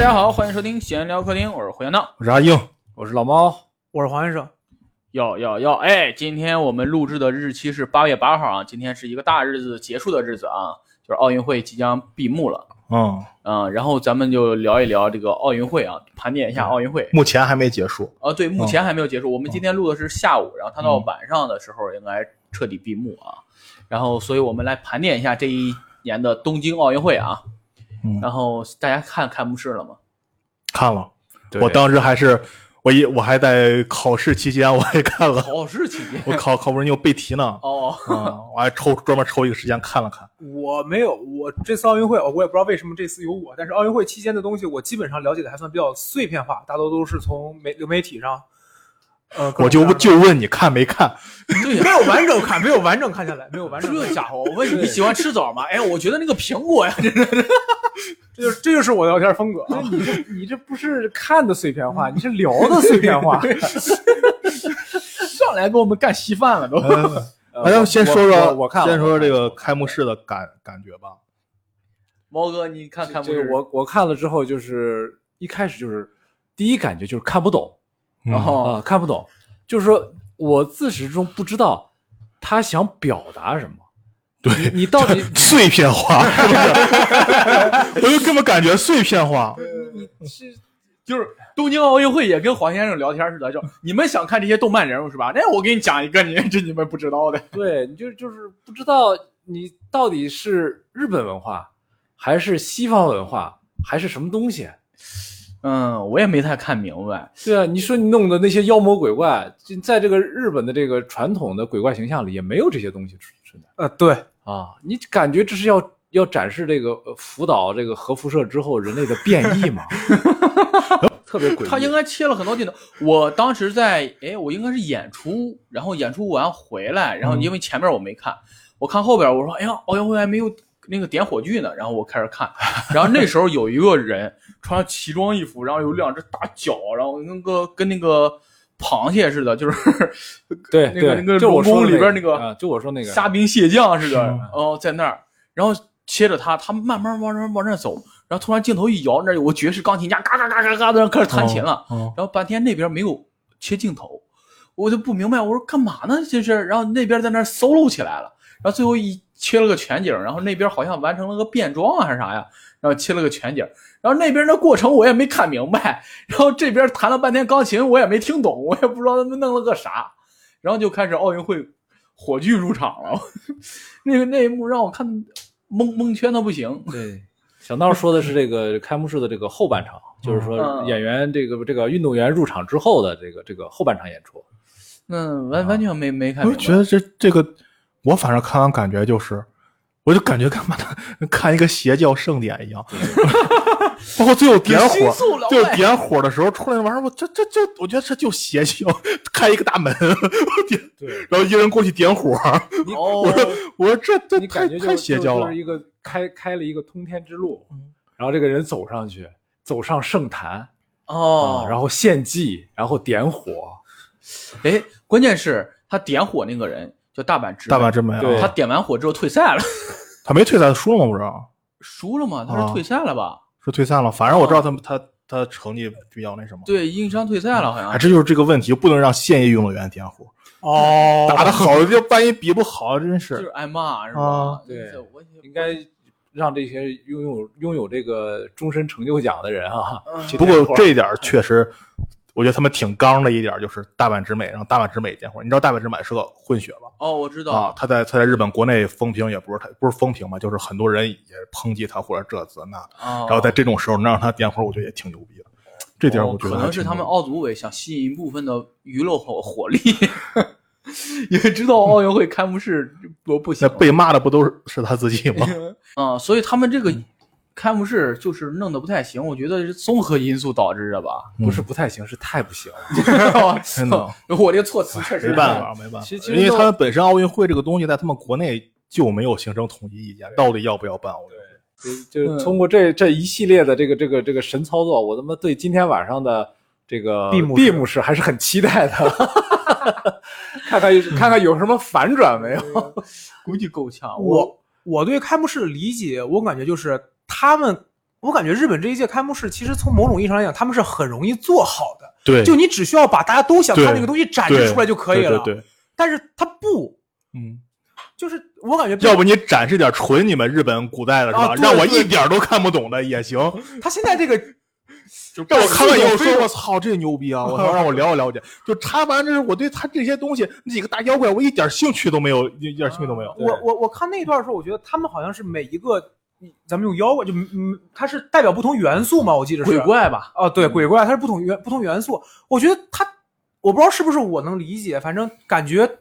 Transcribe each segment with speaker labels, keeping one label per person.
Speaker 1: 家好，欢迎收听闲聊客厅，我是胡杨闹，
Speaker 2: 我是阿英，
Speaker 3: 我是老猫，
Speaker 4: 我是黄先生。
Speaker 1: 要要要！哎，今天我们录制的日期是八月八号啊，今天是一个大日子结束的日子啊，就是奥运会即将闭幕了。
Speaker 2: 嗯，
Speaker 1: 嗯，然后咱们就聊一聊这个奥运会啊，盘点一下奥运会。
Speaker 2: 目前还没结束。
Speaker 1: 啊，对，目前还没有结束。我们今天录的是下午，然后它到晚上的时候应该彻底闭幕啊。然后，所以我们来盘点一下这一年的东京奥运会啊。
Speaker 2: 嗯
Speaker 1: 然后大家看开幕式了吗？
Speaker 2: 看了，我当时还是我一我还在考试期间我 还看了，
Speaker 1: 考试期间
Speaker 2: 我考考不是又背题呢，
Speaker 1: 哦，
Speaker 2: 嗯，我还抽专门抽一个时间看了看。
Speaker 4: 我没有，我这次奥运会，哦我也不知道为什么这次有我，但是奥运会期间的东西，我基本上了解的还算比较碎片化，大多都是从媒流媒体上，呃，
Speaker 2: 我
Speaker 4: 各种
Speaker 2: 就
Speaker 4: 各样的
Speaker 2: 就问你看没看？
Speaker 1: 对呀
Speaker 4: 没有完整看，没有完整看下来，没有完整看下
Speaker 1: 这
Speaker 4: 来。
Speaker 1: 家伙，我问你，你喜欢吃枣吗？哎，我觉得那个苹果呀，这
Speaker 4: 这就是这就是我聊天风格、啊。你这你这不是看的碎片 化，你是聊的碎片 化。
Speaker 3: 上来给我们干稀饭了都。
Speaker 2: 哎，要先说
Speaker 3: 呃我
Speaker 2: 说，
Speaker 3: 我我看了
Speaker 2: 先说说
Speaker 3: 我看
Speaker 2: 这
Speaker 3: 了
Speaker 2: 个开幕式的感感觉吧。
Speaker 1: 猫哥，你看看不
Speaker 3: 这
Speaker 1: 是
Speaker 3: 个我我看了之后，就是一开始就是第一感觉就是看不懂
Speaker 1: 然
Speaker 3: 啊、
Speaker 1: 后
Speaker 3: 看不懂，就是说我自始至终不知道他想表达什么。
Speaker 2: 对
Speaker 3: 你你到底
Speaker 2: 碎片 化， 是不是？我就根本感觉碎片化。
Speaker 1: 就是东京奥运会也跟黄先生聊天似的，就你们想看这些动漫人物是吧？那我给你讲一个，你 这你们不知道的。
Speaker 3: 对，你就就是不知道你到底是日本文化，还是西方文化，还是什么东西？
Speaker 1: 嗯，我也没太看明白。
Speaker 3: 对啊，你说你弄的那些妖魔鬼怪，就在这个日本的这个传统的鬼怪形象里，也没有这些东西存存在
Speaker 4: 呃，对，
Speaker 3: 啊。你感觉这是要要展示这个呃福岛这个核辐射之后人类的变异吗？ 特别诡异。
Speaker 1: 他应该切了很多镜头。我当时在，哎，我应该是演出，然后演出完回来，
Speaker 3: 嗯
Speaker 1: 然后因为前面我没看，我看后边，我说，哎呀，奥运会还没有那个点火炬呢，然后我开始看，然后那时候有一个人穿着奇装异服，然后有两只大脚，然后跟个跟那个螃蟹似的，就是
Speaker 3: 对
Speaker 1: 那个
Speaker 3: 对
Speaker 1: 那个
Speaker 3: 就我
Speaker 1: 龙
Speaker 3: 说
Speaker 1: 宫
Speaker 3: 的
Speaker 1: 里边那
Speaker 3: 那
Speaker 1: 个
Speaker 3: 啊，就我说那个
Speaker 1: 虾兵蟹将似的
Speaker 2: 是，
Speaker 1: 哦，在那儿，然后切着他，他慢慢往那往那走，然后突然镜头一摇，那儿有个爵士钢琴家，嘎嘎嘎嘎嘎的然后开始弹琴了。
Speaker 2: 嗯，
Speaker 1: 然后半天那边没有切镜头，我就不明白，我说干嘛呢这是？然后那边在那儿 solo 起来了，然后最后一切了个全景，然后那边好像完成了个变装啊还是啥呀，然后切了个全景，然后那边的过程我也没看明白，然后这边弹了半天钢琴我也没听懂，我也不知道他们弄了个啥，然后就开始奥运会火炬入场了， 那个那一幕让我看蒙蒙圈的不行。
Speaker 3: 对，小闹说的是这个开幕式的这个后半场，就是说
Speaker 1: 嗯
Speaker 3: 演员这个这个运动员入场之后的这个这个后半场演出。
Speaker 1: 嗯，
Speaker 2: 啊
Speaker 1: 完完全没没看
Speaker 2: 我
Speaker 1: 明
Speaker 2: 就觉
Speaker 1: 白。
Speaker 2: 得这这个，我反正看完感觉就是，我就感觉干嘛的，看一个邪教盛典一样。 包括最后点
Speaker 1: 你心
Speaker 2: 火
Speaker 1: 素了，
Speaker 2: 最后
Speaker 1: 喂
Speaker 2: 点火的时候出来那玩意儿，我这这这，我觉得这就邪教，开一个大门，我点，
Speaker 3: 对，
Speaker 2: 然后一人过去点火，
Speaker 1: 哦，
Speaker 2: 我说这这
Speaker 3: 你
Speaker 2: 太
Speaker 3: 感觉就
Speaker 2: 太邪教
Speaker 3: 就
Speaker 2: 了
Speaker 3: 就是。一个开开了一个通天之路，
Speaker 1: 嗯
Speaker 3: 然后这个人走上去，走上圣坛
Speaker 1: 哦，
Speaker 3: 啊，然后献祭，然后点火，
Speaker 1: 哎，关键是他点火那个人叫大阪直美
Speaker 2: 大阪真没
Speaker 3: 对
Speaker 1: 他
Speaker 2: 啊，
Speaker 1: 点完火之后退赛了，
Speaker 2: 他没退赛，他输了吗？不知道，
Speaker 1: 输了吗？他
Speaker 2: 啊
Speaker 1: 是退赛了吧？
Speaker 2: 是退赛了。反正我知道他
Speaker 3: 哦
Speaker 2: 他他成绩比较那什么。
Speaker 1: 对，硬伤退赛了，好像
Speaker 2: 哎，这就是这个问题，不能让现役运动员点火，
Speaker 4: 哦，
Speaker 2: 打得好就万一比不好，真
Speaker 1: 就是是挨骂是吧
Speaker 2: 啊？
Speaker 3: 对
Speaker 1: 这我也
Speaker 3: 应该让这些拥有拥有这个终身成就奖的人啊，去
Speaker 1: 嗯
Speaker 2: 不
Speaker 3: 点
Speaker 2: 过
Speaker 3: 火
Speaker 2: 这一点儿确实，我觉得他们挺刚的一点儿就是大阪直美，让大阪直美点火。你知道大阪直美是个混血吧？
Speaker 1: 哦，我知
Speaker 2: 啊
Speaker 1: 道，，
Speaker 2: 他在他在日本国内风评也不是太不是风评嘛，就是很多人也抨击他或者这这那，
Speaker 1: 然
Speaker 2: 啊然后在这种时候能让他点火，我觉得也挺牛逼的。这点儿我觉
Speaker 1: 哦
Speaker 2: 得
Speaker 1: 可
Speaker 2: 还
Speaker 1: 能是
Speaker 2: 挺
Speaker 1: 他们
Speaker 2: 牛逼
Speaker 1: 奥组委想吸引一部分的娱乐火火力， 因为知道奥运会开幕式多不行
Speaker 2: 那被骂的不都是是他自己吗？
Speaker 1: 啊，所以他们这
Speaker 2: 嗯
Speaker 1: 个开幕式就是弄得不太行，我觉得是综合因素导致的吧。
Speaker 3: 不是不太行，是太不行了。
Speaker 2: 真的
Speaker 1: 哦
Speaker 2: 哎
Speaker 1: 我这个措辞确实
Speaker 2: 没办法，没办法
Speaker 3: 其实，
Speaker 2: 因为他们本身奥运会这个东西在他们国内就没有形成统一意见，到底要不要办？我觉得
Speaker 3: 就就通过这这一系列的这个这个这个神操作，我他妈对今天晚上的这个
Speaker 4: 闭幕式
Speaker 3: 闭幕式还是很期待的， 看看有看看有什么反转没有？
Speaker 1: 估计够呛。
Speaker 4: 我我对开幕式的理解，我感觉就是他们我感觉日本这一届开幕式，其实从某种意义上来讲，他们是很容易做好的。
Speaker 2: 对，
Speaker 4: 就你只需要把大家都想看
Speaker 2: 对
Speaker 4: 那个东西展
Speaker 2: 对
Speaker 4: 示出来就可以了。
Speaker 2: 对对对，
Speaker 4: 但是他不，
Speaker 2: 嗯，
Speaker 4: 就是我感觉，
Speaker 2: 要不你展示点纯你们日本古代的是吧？
Speaker 4: 啊对
Speaker 2: 让我
Speaker 4: 对
Speaker 2: 一点都看不懂的也行，
Speaker 4: 他现在这个
Speaker 2: 让我看完以后说我操这牛逼啊！ 我操，让我了解了解。就插完之后，我对他这些东西那几个大妖怪，我一点兴趣都没有，一一点兴趣都没有。
Speaker 4: 我我我看那段的时候，我觉得他们好像是每一个，咱们用妖怪就嗯，它是代表不同元素嘛，我记得是
Speaker 1: 鬼怪吧，
Speaker 4: 哦，对，鬼怪它是不同元不同元素。我觉得它，我不知道是不是我能理解，反正感觉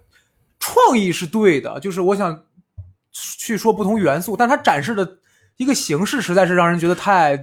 Speaker 4: 创意是对的，就是我想去说不同元素，但它展示的一个形式实在是让人觉得太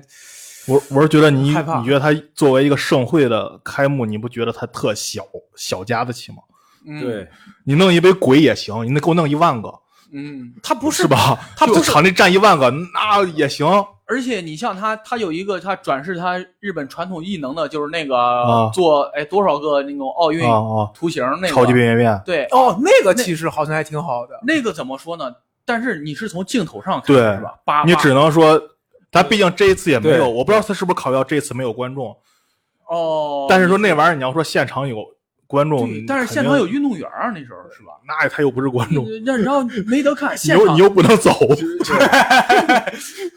Speaker 2: 我我是觉得你
Speaker 4: 害怕
Speaker 2: 你觉得他作为一个盛会的开幕，你不觉得他特小小家子气吗？
Speaker 1: 嗯，
Speaker 3: 对，
Speaker 2: 你弄一杯鬼也行，你能给我弄一万个，
Speaker 1: 嗯，
Speaker 4: 它不
Speaker 2: 是吧？
Speaker 4: 他不
Speaker 2: 就是场地站一万个，那也行
Speaker 1: 而且你像他，他有一个他转示他日本传统异能的，就是那个、
Speaker 2: 啊
Speaker 1: 做哎多少个那种奥运
Speaker 2: 啊啊！
Speaker 1: 图形那个
Speaker 2: 超级变变变，
Speaker 1: 对
Speaker 4: 哦，那个其实好像还挺好的。
Speaker 1: 那个怎么说呢？但是你是从镜头上看
Speaker 2: 对
Speaker 1: 是吧？叭，
Speaker 2: 你
Speaker 1: 叭
Speaker 2: 只能说，咱毕竟这一次也没有，
Speaker 3: 对
Speaker 2: 我不知道他是不是考虑到这次没有观众，
Speaker 1: 哦，
Speaker 2: 但是说那玩意儿你要说现场有观众
Speaker 1: 对，，但是
Speaker 2: 肯
Speaker 1: 现
Speaker 2: 定
Speaker 1: 场有，运动员儿啊那时候是吧？
Speaker 2: 那他又不是观众，你
Speaker 1: 那然 后没得看，现
Speaker 2: 又
Speaker 1: 场
Speaker 2: 你又不能走，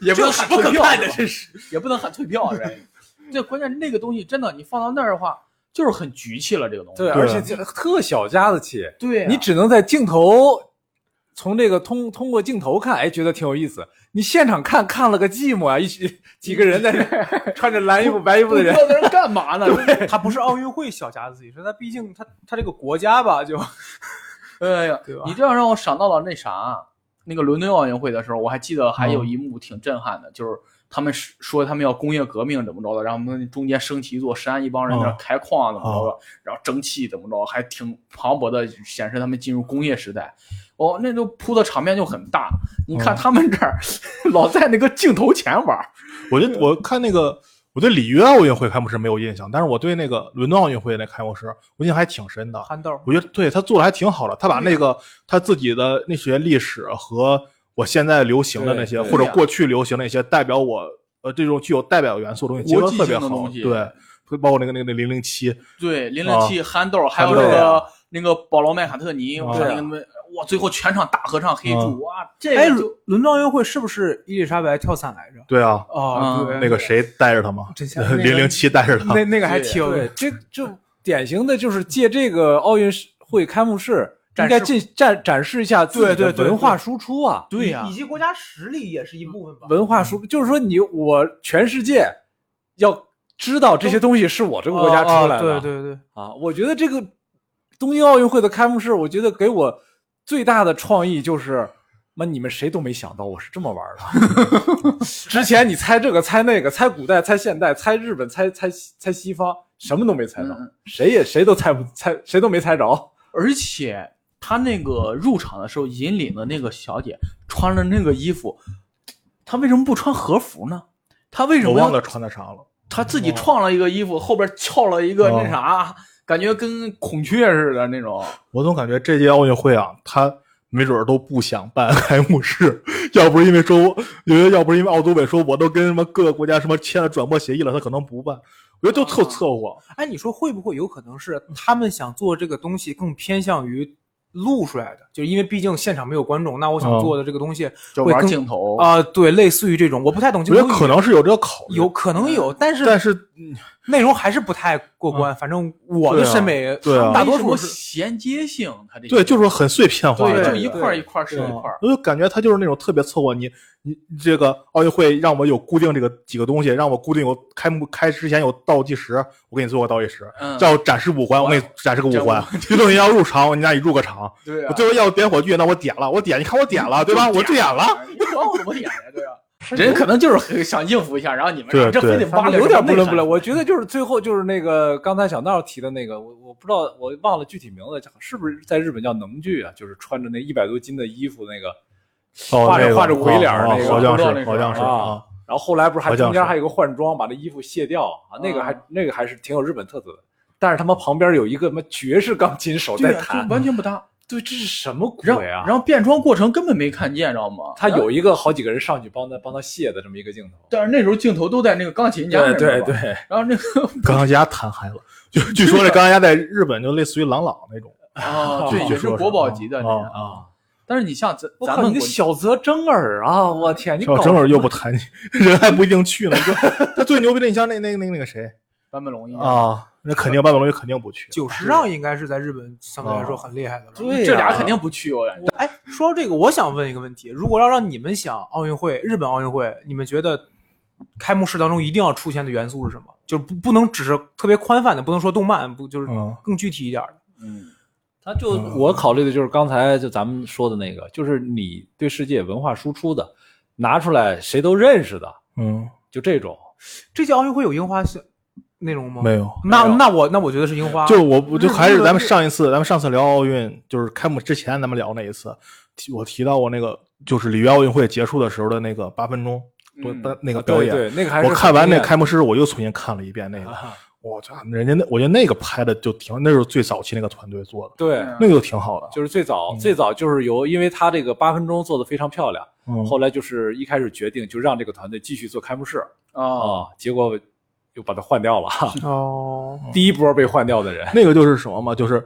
Speaker 1: 也不能喊退票是吧
Speaker 2: 是
Speaker 1: 也不能喊退票，啊 这这关键那个东西真的，你放到那儿的话，就是很局气了。这个东西，
Speaker 4: 啊
Speaker 3: 对，而且这特小家子气，
Speaker 1: 对啊
Speaker 3: 你只能在镜头从这个通通过镜头看，哎，觉得挺有意思。你现场看看了个寂寞啊，一起几个人在 那穿着蓝衣服、白衣服
Speaker 1: 不
Speaker 3: 的
Speaker 1: 知
Speaker 3: 人，
Speaker 1: 道在那儿干嘛 呢？
Speaker 4: 它不是奥运会小家子气，是它毕竟它它这个国家吧，就
Speaker 1: 哎呀
Speaker 4: 对吧，
Speaker 1: 你这样让我想到了那啥，那个伦敦奥运会的时候，我还记得还有一幕挺震撼的，就是他们是说他们要工业革命怎么着的，然后他们中间升旗一座山，一帮人在那
Speaker 2: 哦
Speaker 1: 儿开矿怎么着的，然后蒸汽怎么着，还挺磅礴的，显示他们进入工业时代。哦，那就铺的场面就很大，你看他们这儿、 老在那个镜头前玩儿，
Speaker 2: 我就我看那个，我对里约奥运会开幕式没有印象，但是我对那个伦敦奥运会那开幕式，我印象还挺深的。
Speaker 4: 憨豆
Speaker 2: 我觉得对他做的还挺好的，他把那个他自己的那些历史和我现在流行的那些，
Speaker 3: 对对
Speaker 2: 或者
Speaker 1: 呀
Speaker 2: 过去流行的那些代表我呃这种具有代表元素的东西结合
Speaker 1: 国际
Speaker 2: 特别
Speaker 1: 性的
Speaker 2: 好，
Speaker 1: 东西
Speaker 2: 对，包括那个那个那零零七，
Speaker 1: 对，零零七、哦憨豆，啊嗯还有那
Speaker 2: 憨豆
Speaker 1: 个那个保罗麦卡特尼，我
Speaker 2: 啊
Speaker 1: 看那个他们哇，最后全场大合唱黑
Speaker 2: 啊
Speaker 1: 柱，哇，这
Speaker 4: 哎，
Speaker 1: 个就
Speaker 4: 伦伦敦奥运会是不是伊丽莎白跳伞来着？
Speaker 2: 对啊，
Speaker 4: 哦，
Speaker 1: 嗯
Speaker 4: 对，
Speaker 2: 那个谁带着他嘛，
Speaker 4: 真像那
Speaker 2: 零
Speaker 4: 个
Speaker 2: 零七带着他，
Speaker 4: 那那个还
Speaker 1: 对
Speaker 4: 挺
Speaker 3: 对，这这典型的就是借这个奥运会开幕式，
Speaker 4: 展
Speaker 3: 应
Speaker 4: 示
Speaker 3: 该进展展示一下自己
Speaker 4: 对对
Speaker 3: 的
Speaker 4: 对
Speaker 3: 文化输出啊。
Speaker 1: 对呀、
Speaker 4: 以及国家实力也是一部分吧。
Speaker 3: 文化
Speaker 4: 嗯
Speaker 3: 输就是说你我全世界要知道这些东西是我这个国家出来的。
Speaker 4: 哦对对对，
Speaker 3: 啊，我觉得这个东京奥运会的开幕式，我觉得给我最大的创意就是，妈你们谁都没想到我是这么玩的。 之前你猜这个猜那个，猜古代猜现代，猜日本猜猜西猜西方，什么都没猜到，
Speaker 1: 嗯
Speaker 3: 谁也谁都猜不猜，谁都没猜着。
Speaker 1: 而且他那个入场的时候，引领的那个小姐穿了那个衣服，她为什么不穿和服呢？她为什
Speaker 2: 我
Speaker 1: 么
Speaker 2: 忘
Speaker 1: 要
Speaker 2: 了穿的啥了，
Speaker 1: 她自己创了一个衣服，后边翘了一个
Speaker 2: 哦
Speaker 1: 那啥，感觉跟孔雀似的那种。
Speaker 2: 我总感觉这届奥运会啊，他。没准儿都不想办 开幕式，要不是因为说，因为要不是因为奥组委说我都跟什么各个国家什么签了转播协议了，他可能不办。我觉得都特
Speaker 1: 啊
Speaker 2: 凑合。
Speaker 4: 哎，你说会不会有可能是他们想做这个东西更偏向于录出来的？就因为毕竟现场没有观众，那我想
Speaker 2: 嗯
Speaker 4: 做的这个东西
Speaker 1: 就
Speaker 4: 会
Speaker 1: 玩
Speaker 4: 更
Speaker 1: 镜头，
Speaker 4: 啊、对，类似于这种，我不太懂
Speaker 2: 我
Speaker 4: 镜
Speaker 2: 觉
Speaker 4: 头
Speaker 2: 得
Speaker 4: 语言，
Speaker 2: 可能是有这个考虑，
Speaker 4: 有可能有，但是
Speaker 2: 但是
Speaker 4: 内容还是不太过关。反正我的
Speaker 2: 对啊
Speaker 4: 审美，
Speaker 2: 对啊
Speaker 4: 大多
Speaker 1: 没什
Speaker 4: 数
Speaker 1: 么
Speaker 4: 是
Speaker 1: 衔接性，他这
Speaker 2: 对，就是很碎片化
Speaker 1: 对，
Speaker 2: 的，
Speaker 1: 就
Speaker 2: 这
Speaker 1: 一
Speaker 2: 个
Speaker 1: 块儿一块儿是一块儿。
Speaker 2: 我就感觉他就是那种特别凑合你，你你这个奥运会让我有固定这个几个东西，让我固定有开幕开之前有倒计时，我给你做个倒计时，
Speaker 1: 嗯，
Speaker 2: 叫展示五环，我给你展示个
Speaker 1: 这
Speaker 2: 五环，运动员要入场，你让你入个场，
Speaker 1: 对
Speaker 2: 我最后要点火炬，那我点了，我点，你看我点了，对吧？我点了，
Speaker 1: 你管我怎么演呀？对 啊，人可能就是想应付一下，然后你们
Speaker 2: 对
Speaker 1: 这非
Speaker 2: 对
Speaker 1: 得
Speaker 3: 反
Speaker 1: 挖
Speaker 3: 正
Speaker 1: 个
Speaker 3: 有点不伦
Speaker 1: 伦
Speaker 3: 不类。我觉得就是最后就是那个刚才小闹提的那个，我我不知道我忘了具体名字，是不是在日本叫能剧啊？就是穿着那一百多斤的衣服那个。
Speaker 2: 哦
Speaker 3: 画着
Speaker 2: 那个
Speaker 3: 画着鬼脸儿
Speaker 2: 哦
Speaker 3: 那个
Speaker 2: 哦好像
Speaker 1: 我知道那
Speaker 2: 是，
Speaker 1: 个
Speaker 2: 好像是
Speaker 3: 啊。然后后来不是还
Speaker 2: 好像是
Speaker 3: 中间还有个换装，把那衣服卸掉啊，那个还
Speaker 1: 啊
Speaker 3: 那个还是挺有日本特色的。但是他妈旁边有一个什么爵士钢琴手在
Speaker 1: 对啊，
Speaker 3: 弹
Speaker 1: 就，完全不搭。
Speaker 3: 对，这是什么鬼
Speaker 1: 然后
Speaker 3: 啊？
Speaker 1: 然后变装过程根本没看见，知道吗？
Speaker 3: 他有一个好几个人上去帮他帮他卸的这么一个镜 头。
Speaker 1: 但是那时候镜头都在那个钢琴家那边嘛，
Speaker 3: 对，
Speaker 1: 然后那个
Speaker 2: 钢 琴家弹嗨了，就据说这钢琴家在日本就类似于郎朗那种，
Speaker 1: 啊，对，
Speaker 2: 据
Speaker 1: 也是
Speaker 2: 说
Speaker 1: 国宝级的那
Speaker 2: 啊
Speaker 1: 个。
Speaker 3: 啊，
Speaker 1: 但是你像咱
Speaker 3: 我
Speaker 1: 咱
Speaker 3: 靠，
Speaker 1: 们
Speaker 3: 你个
Speaker 1: 国
Speaker 3: 小泽征尔啊，我天，你
Speaker 2: 小
Speaker 3: 搞
Speaker 2: 正儿又不弹， 人还不一定去呢。你说 他最牛逼的，你像那那那那个谁
Speaker 1: 版本龙一样，
Speaker 2: 啊，那肯定班本龙也肯定不去。
Speaker 4: 久石让应该是在日本相对来
Speaker 2: 哦
Speaker 4: 说很厉害的了。
Speaker 3: 对
Speaker 1: 这
Speaker 3: 呀
Speaker 1: 俩肯定不去，我感觉。
Speaker 4: 哎，说到这个，我想问一个问题：如果要让你们想奥运会，日本奥运会，你们觉得开幕式当中一定要出现的元素是什么？就是不不能只是特别宽泛的，不能说动漫，不就是
Speaker 2: 嗯
Speaker 4: 更具体一点的。
Speaker 1: 嗯，
Speaker 3: 他就我考虑的就是刚才就咱们说的那个，就是你对世界文化输出的，拿出来谁都认识的，
Speaker 2: 嗯，
Speaker 3: 就这种。
Speaker 4: 这届奥运会有樱花项内容吗？
Speaker 2: 没。有。
Speaker 4: 那
Speaker 3: 没有
Speaker 4: 那我那我觉得是樱
Speaker 3: 啊
Speaker 4: 花。
Speaker 2: 就我我就
Speaker 4: 日
Speaker 2: 还是
Speaker 4: 日
Speaker 2: 咱们
Speaker 4: 日
Speaker 2: 上一次，咱们上次聊奥运，就是开幕之前咱们聊那一次，提我提到过那个，就是里约奥运会结束的时候的那个八分钟多、
Speaker 1: 嗯
Speaker 2: 那个表
Speaker 3: 啊对
Speaker 2: 演，
Speaker 3: 对，那个还是
Speaker 2: 我看完那
Speaker 3: 很惊艳的啊
Speaker 2: 开幕式，我又重新看了一遍那个，我操，人家那我觉得那个拍的就挺，那是最早期那个团队做的，
Speaker 3: 对，
Speaker 1: 嗯
Speaker 2: 那个就挺好的。
Speaker 3: 就是最早、最早就是由，因为他这个八分钟做的非常漂亮，
Speaker 2: 嗯
Speaker 3: 后来就是一开始决定就让这个团队继续做开幕式啊、
Speaker 1: 啊，
Speaker 3: 结果又把他换掉了，
Speaker 4: 哦，
Speaker 3: 第一波被换掉的人。
Speaker 2: 那个就是什么嘛，就是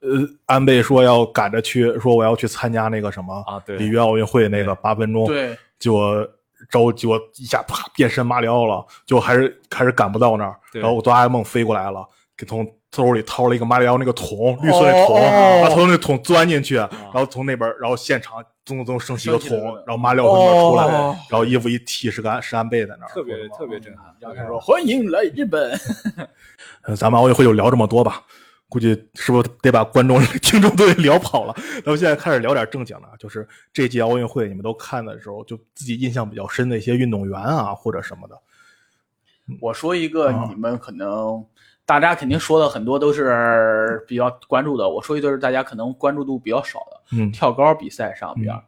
Speaker 2: 呃，安倍说要赶着去，说我要去参加那个什么
Speaker 3: 啊对
Speaker 2: 里约奥运会那个八分钟，，
Speaker 1: 对，
Speaker 2: 结果着急，我一下啪变身马里奥了，就还是还是赶不到那儿，
Speaker 3: 对
Speaker 2: 然后哆啦 A 梦飞过来了，给从兜里掏了一个马里奥那个桶，绿色那桶，
Speaker 1: 哦
Speaker 2: 把从那桶钻进
Speaker 3: 啊
Speaker 2: 去，然后从那边，然后现场咚咚咚升起一个
Speaker 1: 升起
Speaker 2: 桶
Speaker 1: 了是吧，
Speaker 2: 然后马里奥从那边出来，
Speaker 4: 哦
Speaker 2: 然后衣服一剃是个安是安倍在那儿，
Speaker 3: 特别
Speaker 2: 我的妈
Speaker 3: 特别震
Speaker 2: 嗯
Speaker 3: 撼，
Speaker 1: 然后说欢迎来日本，
Speaker 2: 呃，咱们奥运会就聊这么多吧，估计是不是得把观众、 听众都给聊跑了？咱们现在开始聊点正经的，啊，就是这届奥运会你们都看的时候，就自己印象比较深的一些运动员啊或者什么的。
Speaker 1: 我说一个
Speaker 2: 啊
Speaker 1: 你们可能大家肯定说的很多都是比较关注的，我说一对大家可能关注度比较少的
Speaker 2: 嗯
Speaker 1: 跳高比赛上边儿，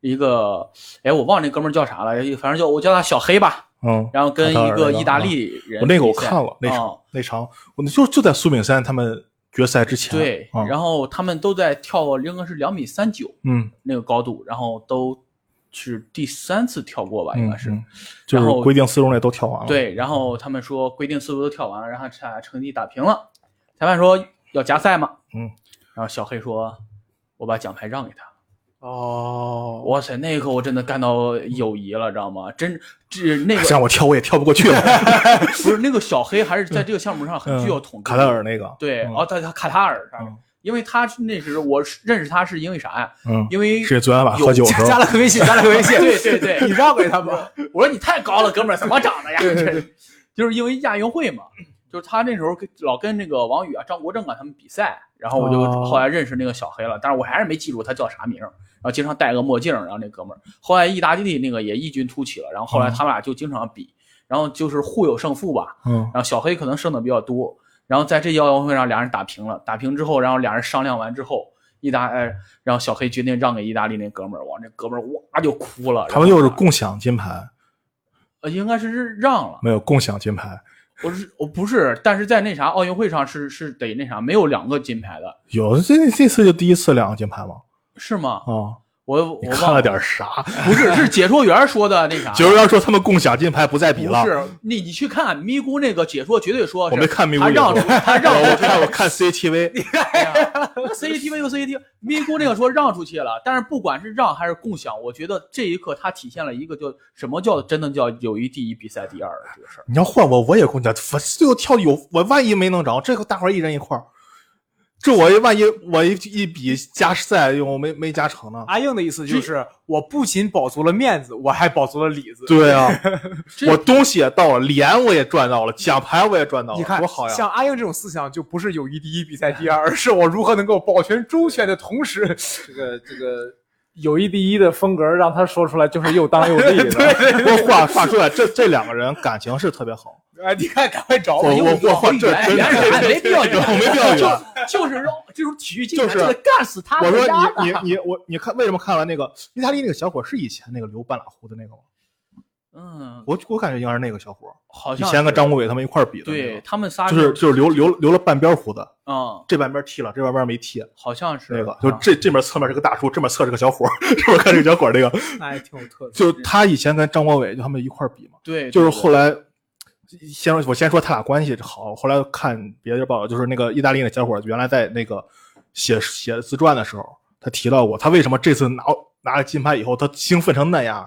Speaker 1: 一个哎我忘了那哥们儿叫啥了，反正叫我叫他小黑吧，
Speaker 2: 嗯，
Speaker 1: 然后跟
Speaker 2: 卡塔
Speaker 1: 一
Speaker 2: 尔
Speaker 1: 个
Speaker 2: 的
Speaker 1: 意大
Speaker 2: 啊
Speaker 1: 利人
Speaker 2: 我那个我
Speaker 1: 比赛
Speaker 2: 看了那
Speaker 1: 啊
Speaker 2: 场那场，我就就在苏炳三他们决赛之前。
Speaker 1: 对，
Speaker 2: 嗯
Speaker 1: 然后他们都在跳，应该是两米三九
Speaker 2: 嗯，
Speaker 1: 那个高度，然后都是第三次跳过吧，应该哎是。
Speaker 2: 嗯嗯就
Speaker 1: 然
Speaker 2: 是
Speaker 1: 后
Speaker 2: 规定四中内都跳完了。，
Speaker 1: 对，然后他们说规定速度都跳完了，然后把成绩打平了，裁判说要加赛嘛，
Speaker 2: 嗯，
Speaker 1: 然后小黑说，我把奖牌让给他。
Speaker 4: 哦，
Speaker 1: 哇塞，那一刻我真的干到友谊了，知道吗？真这那个
Speaker 2: 哎像我跳我也跳不过去了。
Speaker 1: 不是那个小黑还是在这个项目上很具有统治
Speaker 2: 嗯卡
Speaker 1: 力。
Speaker 2: 塔尔那个，
Speaker 1: 对，
Speaker 2: 嗯
Speaker 1: 哦，他他卡塔尔，
Speaker 2: 嗯
Speaker 1: 因为他那时候我认识他是因为啥呀？
Speaker 2: 嗯，
Speaker 1: 因为
Speaker 2: 是昨天晚上喝酒的时候
Speaker 4: 加了个微信，加了个 微信，
Speaker 1: 对对对 嗯
Speaker 4: 你让给他吧。
Speaker 1: 我说你太高了，哥们儿，怎么长的呀？ 就是因为亚运会嘛，就是他那时候跟老跟那个王宇啊、张国正啊他们比赛，然后我就
Speaker 4: 哦
Speaker 1: 后来认识那个小黑了，但是我还是没记住他叫啥名儿，然后经常戴个墨镜儿，然后那哥们儿后来意大利那个也异军突起了，然后后来他们俩就经常比，然后就是互有胜负吧，
Speaker 2: 嗯
Speaker 1: 然后小黑可能胜的比较多，然后在这届奥运会上俩人打平了，打平之后，然后俩人商量完之后。意大呃，然后小黑决定让给意大利那哥们儿，哇，那哥们儿哇就哭了。
Speaker 2: 他们就是
Speaker 1: 然后
Speaker 2: 共享金牌，
Speaker 1: 呃，应该是让了，
Speaker 2: 没有共享金牌，
Speaker 1: 我是我不是，但是在那啥奥运会上是是得那啥，没有两个金牌的，
Speaker 2: 有这这次就第一次两个金牌嘛。
Speaker 1: 是吗？
Speaker 2: 啊，
Speaker 1: 我
Speaker 2: 你
Speaker 1: 我
Speaker 2: 看
Speaker 1: 忘
Speaker 2: 了，点啥？
Speaker 1: 不是是解说员说的那 啥，
Speaker 2: 九十幺说他们共享金牌不再比
Speaker 1: 不
Speaker 2: 了，
Speaker 1: 是你你去看咪咕那个解说，绝对说
Speaker 2: 我没看明
Speaker 1: 他
Speaker 2: 白。
Speaker 1: 让出他让
Speaker 2: 我
Speaker 1: 出去
Speaker 2: 看我 看 CCTV，
Speaker 1: 了，CCTV 就 CCTV，咪咕那个说让出去了，但是不管是让还是共享，我觉得这一刻他体现了一个叫什么叫真的叫友谊第一，比赛第二这个事儿。
Speaker 2: 你要换我我也共享，我最后跳有我万一没能着，这个大伙儿一人一块儿，这我一万一我一一比加时赛我没没加成呢。
Speaker 1: 啊
Speaker 4: 阿硬的意思就是，我不仅保足了面子，我还保足了里子。
Speaker 2: 对啊，
Speaker 1: 这
Speaker 2: 我东西也到了，脸我也赚到了，奖牌我也赚到
Speaker 4: 你
Speaker 2: 了，
Speaker 4: 看
Speaker 2: 多好，呀！
Speaker 4: 像阿英这种思想就不是友谊第一，比赛第二，而是我如何能够保全周全的同时，
Speaker 3: 这个这个友谊第一的风格，让他说出来就是又当又 立的。
Speaker 2: 我话话说啊来，这这两个人感情是特别好。
Speaker 4: 哎，你看，赶快找
Speaker 2: 我
Speaker 4: 我。
Speaker 2: 我我话这
Speaker 1: 远
Speaker 2: 真
Speaker 1: 远远没必要远
Speaker 2: 我没必要远。
Speaker 1: 就是让这种体育精
Speaker 2: 哎就是
Speaker 1: 神，得干死他！
Speaker 2: 我
Speaker 1: 回家
Speaker 2: 说你你你我你看为什么看完那个意大利那个小伙是以前那个留半拉胡子那个吗？
Speaker 1: 嗯，
Speaker 2: 我我感觉应该是那个小伙儿，
Speaker 1: 好
Speaker 2: 以
Speaker 1: 像
Speaker 2: 前跟
Speaker 1: 是
Speaker 2: 张国伟他们一块儿比的那
Speaker 1: 对
Speaker 2: 个，
Speaker 1: 他们仨
Speaker 2: 就是就是留留留了半边胡子，
Speaker 1: 嗯，
Speaker 2: 这半边剃了，这半边没剃，
Speaker 1: 好像是
Speaker 2: 那个就
Speaker 1: 啊
Speaker 2: 这这边侧面是个大叔，这边侧是个小伙儿， 这边看是个小伙儿，这个
Speaker 4: 那也挺有特色。
Speaker 2: 就他以前跟张国伟就他们一块儿比嘛，
Speaker 1: 对，
Speaker 2: 就是
Speaker 1: 对
Speaker 2: 后来先我先说他俩关系好，后来看别的报道，就是那个意大利那小伙儿原来在那个写写自传的时候，他提到过他为什么这次拿拿了金牌以后，他兴奋成那样，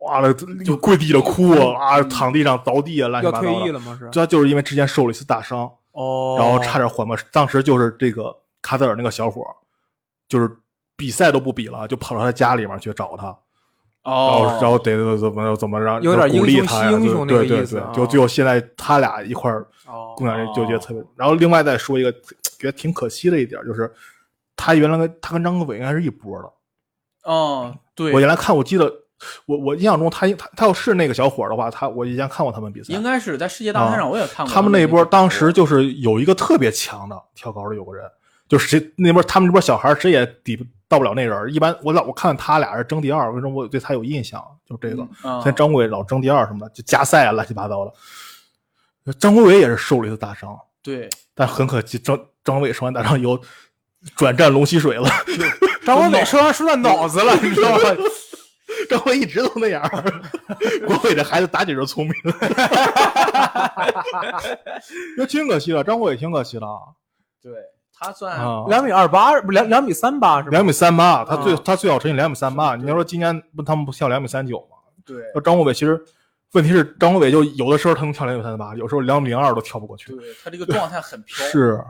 Speaker 2: 哇了就跪地上哭啊，啊躺地上凿地啊，乱七
Speaker 4: 要
Speaker 2: 八
Speaker 4: 退
Speaker 2: 糟
Speaker 4: 役
Speaker 2: 的。
Speaker 4: 了吗？是
Speaker 2: 他就是因为之前受了一次大伤，
Speaker 4: 哦，
Speaker 2: 然后差点缓不，当时就是这个卡塞尔那个小伙儿，就是比赛都不比了，就跑到他家里面去找他，然后
Speaker 1: 哦，
Speaker 2: 然后得得怎么怎么让
Speaker 4: 有点
Speaker 2: 鼓
Speaker 4: 英
Speaker 2: 励
Speaker 4: 雄
Speaker 2: 他
Speaker 4: 惜
Speaker 2: 呀，
Speaker 4: 英
Speaker 2: 就
Speaker 4: 雄那个
Speaker 2: 对
Speaker 4: 意
Speaker 2: 对
Speaker 4: 思
Speaker 2: 对
Speaker 4: 啊，
Speaker 2: 就就现在他俩一块儿，
Speaker 4: 哦
Speaker 2: 共两人就觉得特别。然后另外再说一个，觉得挺可惜的一点就是，他原来跟他跟张国伟应该是一波的。
Speaker 1: 哦，对，
Speaker 2: 我原来看，我记得我我印象中他他他要是那个小伙儿的话，他我以前看过他们比赛
Speaker 1: 应，该是在世界大赛上我也看过
Speaker 2: 啊他们那一
Speaker 1: 比
Speaker 2: 波
Speaker 1: 赛
Speaker 2: 当时就是有一个特别强的跳高的有个人，就谁那边他们这波小孩儿谁也抵不到不了那人儿。一般我老我看他俩人争第二，为什么我对他有印象？就这个，
Speaker 1: 嗯
Speaker 2: 像张国伟老争第二什么的，就加赛啊乱七八糟的。张国伟也是受了一次大伤，
Speaker 1: 对
Speaker 2: 但很可惜，张张国伟受完大伤以后转战龙吸水了。
Speaker 3: 张国伟说完说到脑子了，你知道吗？
Speaker 2: 张国伟一直都那样 儿，国伟这孩子打起就聪明， 那挺可惜的，张国伟挺可惜的啊。
Speaker 1: 对，他算
Speaker 2: 啊
Speaker 4: 两米二八，不两两米三八是吧？
Speaker 2: 两米三嗯八，他
Speaker 4: 啊
Speaker 2: 最、他最好成绩两米三八。你要说今年不他们不跳两米三九吗？
Speaker 1: 对
Speaker 2: 那张国伟其实问题是张国伟就有的时候他能跳两米三八，有时候两米零二都跳不过去。
Speaker 1: 对，他这个状态很飘，
Speaker 2: 是，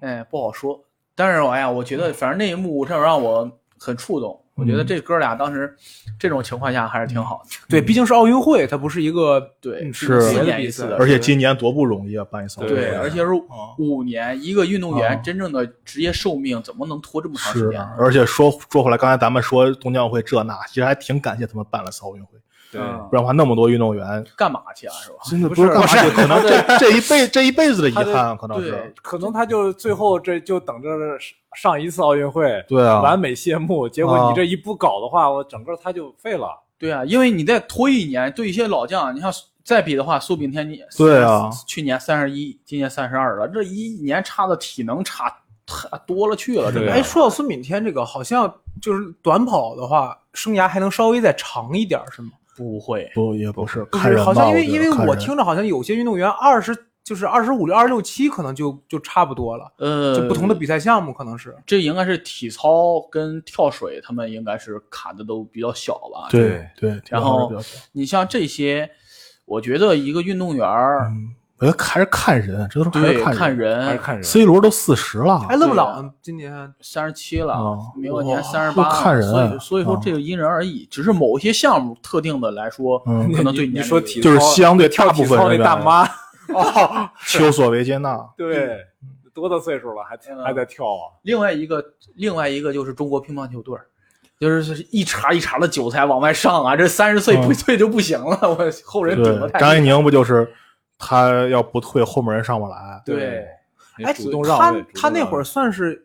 Speaker 1: 哎，不好说。但是，哎呀，我觉得反正那一幕这让我很触动。我觉得这哥俩当时这种情况下还是挺好的。
Speaker 4: 对，毕竟是奥运会，它不是一个
Speaker 1: 对
Speaker 4: 嗯
Speaker 2: 是
Speaker 4: 别
Speaker 1: 四
Speaker 4: 的
Speaker 1: 年一
Speaker 4: 比
Speaker 1: 次
Speaker 4: 赛
Speaker 1: 的
Speaker 2: 而且今年多不容易啊，办一次奥运会
Speaker 1: 对，而且是哦
Speaker 2: 啊
Speaker 1: 五年，一个运动员
Speaker 2: 啊
Speaker 1: 真正的职业寿命怎么能拖这么长时
Speaker 2: 是啊
Speaker 1: 间？，
Speaker 2: 而且说说回来，刚才咱们说东京奥运会这那，其实还挺感谢他们办了次奥运会，
Speaker 3: 对
Speaker 1: 嗯
Speaker 2: 不然的话那么多运动员
Speaker 1: 干嘛去啊？是吧？
Speaker 2: 真的
Speaker 3: 不
Speaker 2: 不是
Speaker 3: 是
Speaker 2: 干嘛
Speaker 3: 不是
Speaker 2: 去，可能这这一辈这一辈子的遗憾，啊可能
Speaker 1: 对
Speaker 2: 是。
Speaker 3: 可能他就最后这就等着上一次奥运会
Speaker 2: 对啊，
Speaker 3: 完美谢幕，结果
Speaker 2: 啊
Speaker 3: 你这一不搞的话，我整个他就废了。
Speaker 1: 对啊，因为你再拖一年，对一些老将，你像再比的话，苏炳添你
Speaker 2: 对啊
Speaker 1: 去年三十一，今年三十二了，这一年差的体能差太多了去了，真
Speaker 3: 对
Speaker 1: 的。
Speaker 3: 啊
Speaker 4: 哎，说到孙炳添这个，好像就是短跑的话，生涯还能稍微再长一点儿，是吗？
Speaker 1: 不会，
Speaker 2: 不也不是，
Speaker 4: 就
Speaker 2: 看
Speaker 4: 是
Speaker 2: 人吧。
Speaker 4: 好像因为
Speaker 2: 觉得
Speaker 4: 因为
Speaker 2: 看
Speaker 4: 我
Speaker 2: 人
Speaker 4: 听着好像有些运动员二十就是二十五六、二十六七，可能就就差不多了，
Speaker 1: 呃，
Speaker 4: 就不同的，比赛项目可能
Speaker 3: 啊
Speaker 4: 是。
Speaker 1: 这应该是体操跟跳水，他们应该是卡的都比较小吧。
Speaker 2: 对对，
Speaker 1: 然后你像这些，我觉得一个运动员儿，
Speaker 2: 嗯，我觉得还是看人，这都是还
Speaker 1: 对
Speaker 2: 是，看
Speaker 1: 看
Speaker 2: 人。
Speaker 3: 还
Speaker 1: 人
Speaker 3: 是，看人，
Speaker 2: C 罗都四十了
Speaker 4: 哎，，勒布
Speaker 1: 对啊
Speaker 4: 朗今年
Speaker 1: 三十七了
Speaker 2: 哦，
Speaker 1: 明后年
Speaker 4: 哇
Speaker 1: 三十八，
Speaker 2: 看人
Speaker 1: 所以所以说
Speaker 2: 啊
Speaker 1: 这个因人而异，只是某些项目特定的来说，
Speaker 2: 嗯
Speaker 1: 可能对
Speaker 3: 你
Speaker 1: 年龄
Speaker 3: 说
Speaker 1: 有
Speaker 3: 体
Speaker 2: 就是
Speaker 3: 操
Speaker 2: 相对大
Speaker 3: 跳
Speaker 2: 部
Speaker 3: 体
Speaker 2: 分
Speaker 3: 操那
Speaker 2: 人
Speaker 3: 大
Speaker 2: 员
Speaker 3: 妈， 哦，
Speaker 2: 丘索维杰纳，
Speaker 3: 对，
Speaker 2: 嗯
Speaker 3: 多大岁数了还
Speaker 1: 嗯
Speaker 3: 还在跳啊？
Speaker 1: 另外一个，另外一个就是中国乒乓球队儿，就是一茬一茬的韭菜往外上啊，这三十岁不
Speaker 2: 嗯
Speaker 1: 退就不行了，我后人顶得
Speaker 2: 对，
Speaker 1: 太
Speaker 2: 张
Speaker 1: 厉
Speaker 2: 怡
Speaker 1: 害
Speaker 2: 宁不就是他要不退，后面人上不来。
Speaker 1: 对，
Speaker 4: 哎，
Speaker 3: 主动让
Speaker 4: 他
Speaker 3: 位
Speaker 4: 他那会儿算是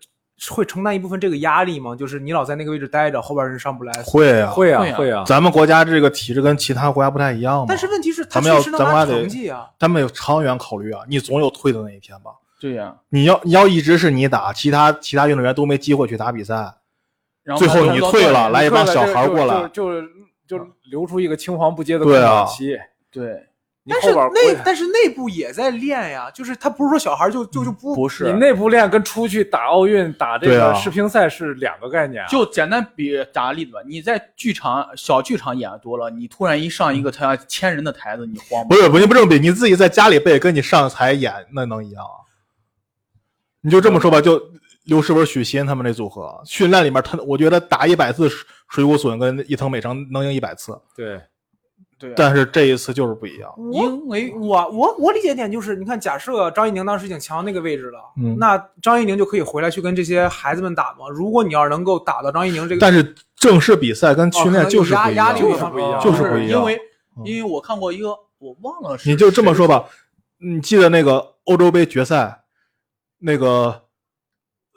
Speaker 4: 会承担一部分这个压力吗？就是你老在那个位置待着，后边人上不来。
Speaker 2: 会啊，。
Speaker 3: 会
Speaker 1: 会
Speaker 3: 啊
Speaker 1: 啊
Speaker 3: 会啊，
Speaker 2: 咱们国家这个体制跟其他国家不太一样嘛，
Speaker 4: 但是问题是，他
Speaker 2: 咱们要
Speaker 4: 确实能
Speaker 2: 咱们
Speaker 4: 拿
Speaker 2: 还得
Speaker 4: 成绩啊。
Speaker 2: 咱们有长远考虑啊，你总有退的那一天吧。
Speaker 1: 对呀、
Speaker 2: 你要你要一直是你打，其他其他运动员都没机会去打比赛，
Speaker 1: 然后
Speaker 2: 最后
Speaker 1: 他
Speaker 2: 你
Speaker 1: 就
Speaker 2: 退了，
Speaker 1: 对
Speaker 2: 来一帮
Speaker 3: 对
Speaker 2: 小
Speaker 3: 对
Speaker 2: 孩儿
Speaker 3: 就
Speaker 2: 过来，
Speaker 3: 就就就留出一个青黄不接的
Speaker 2: 对
Speaker 3: 空
Speaker 2: 啊
Speaker 3: 档期。
Speaker 1: 对，
Speaker 3: 你
Speaker 4: 但
Speaker 3: 后
Speaker 4: 是
Speaker 3: 边
Speaker 4: 内
Speaker 3: 儿
Speaker 4: 但是内部也在练呀，就是他不是说小孩就
Speaker 2: 嗯
Speaker 4: 就就不
Speaker 1: 不是
Speaker 3: 你内部练跟出去打奥运、打这
Speaker 2: 对
Speaker 3: 个
Speaker 2: 啊
Speaker 3: 世乒赛是两个概念啊。
Speaker 1: 就简单比打个例子吧，你在剧场小剧场演得多了，你突然一上一个他要千人的台子，你慌
Speaker 2: 不
Speaker 1: 吗？
Speaker 2: 是，不是不正比，你自己在家里背，跟你上台演，那能一样啊？你就这么说吧，就刘诗雯、许昕他们那组合啊训练里面，他我觉得打一百次水水谷隼跟伊藤美诚能赢一百次，
Speaker 3: 对，
Speaker 1: 对、啊，
Speaker 2: 但是这一次就是不一样。
Speaker 4: 我
Speaker 1: 因为
Speaker 4: 我我我理解点就是，你看，假设张怡宁当时已经强到那个位置了，
Speaker 2: 嗯
Speaker 4: 那张怡宁就可以回来去跟这些孩子们打嘛。如果你要是能够打到张怡宁这个，
Speaker 2: 但是正式比赛跟
Speaker 4: 哦
Speaker 2: 训练就是不
Speaker 4: 可能有
Speaker 2: 一
Speaker 4: 压
Speaker 2: 样，
Speaker 4: 压力
Speaker 1: 就
Speaker 4: 会
Speaker 1: 是
Speaker 4: 放
Speaker 3: 不一样
Speaker 2: 就是不一样
Speaker 1: 因为
Speaker 2: 嗯
Speaker 1: 因为我看过一个，我忘了是
Speaker 2: 你就这么
Speaker 1: 谁
Speaker 2: 说吧，你记得那个欧洲杯决赛，那个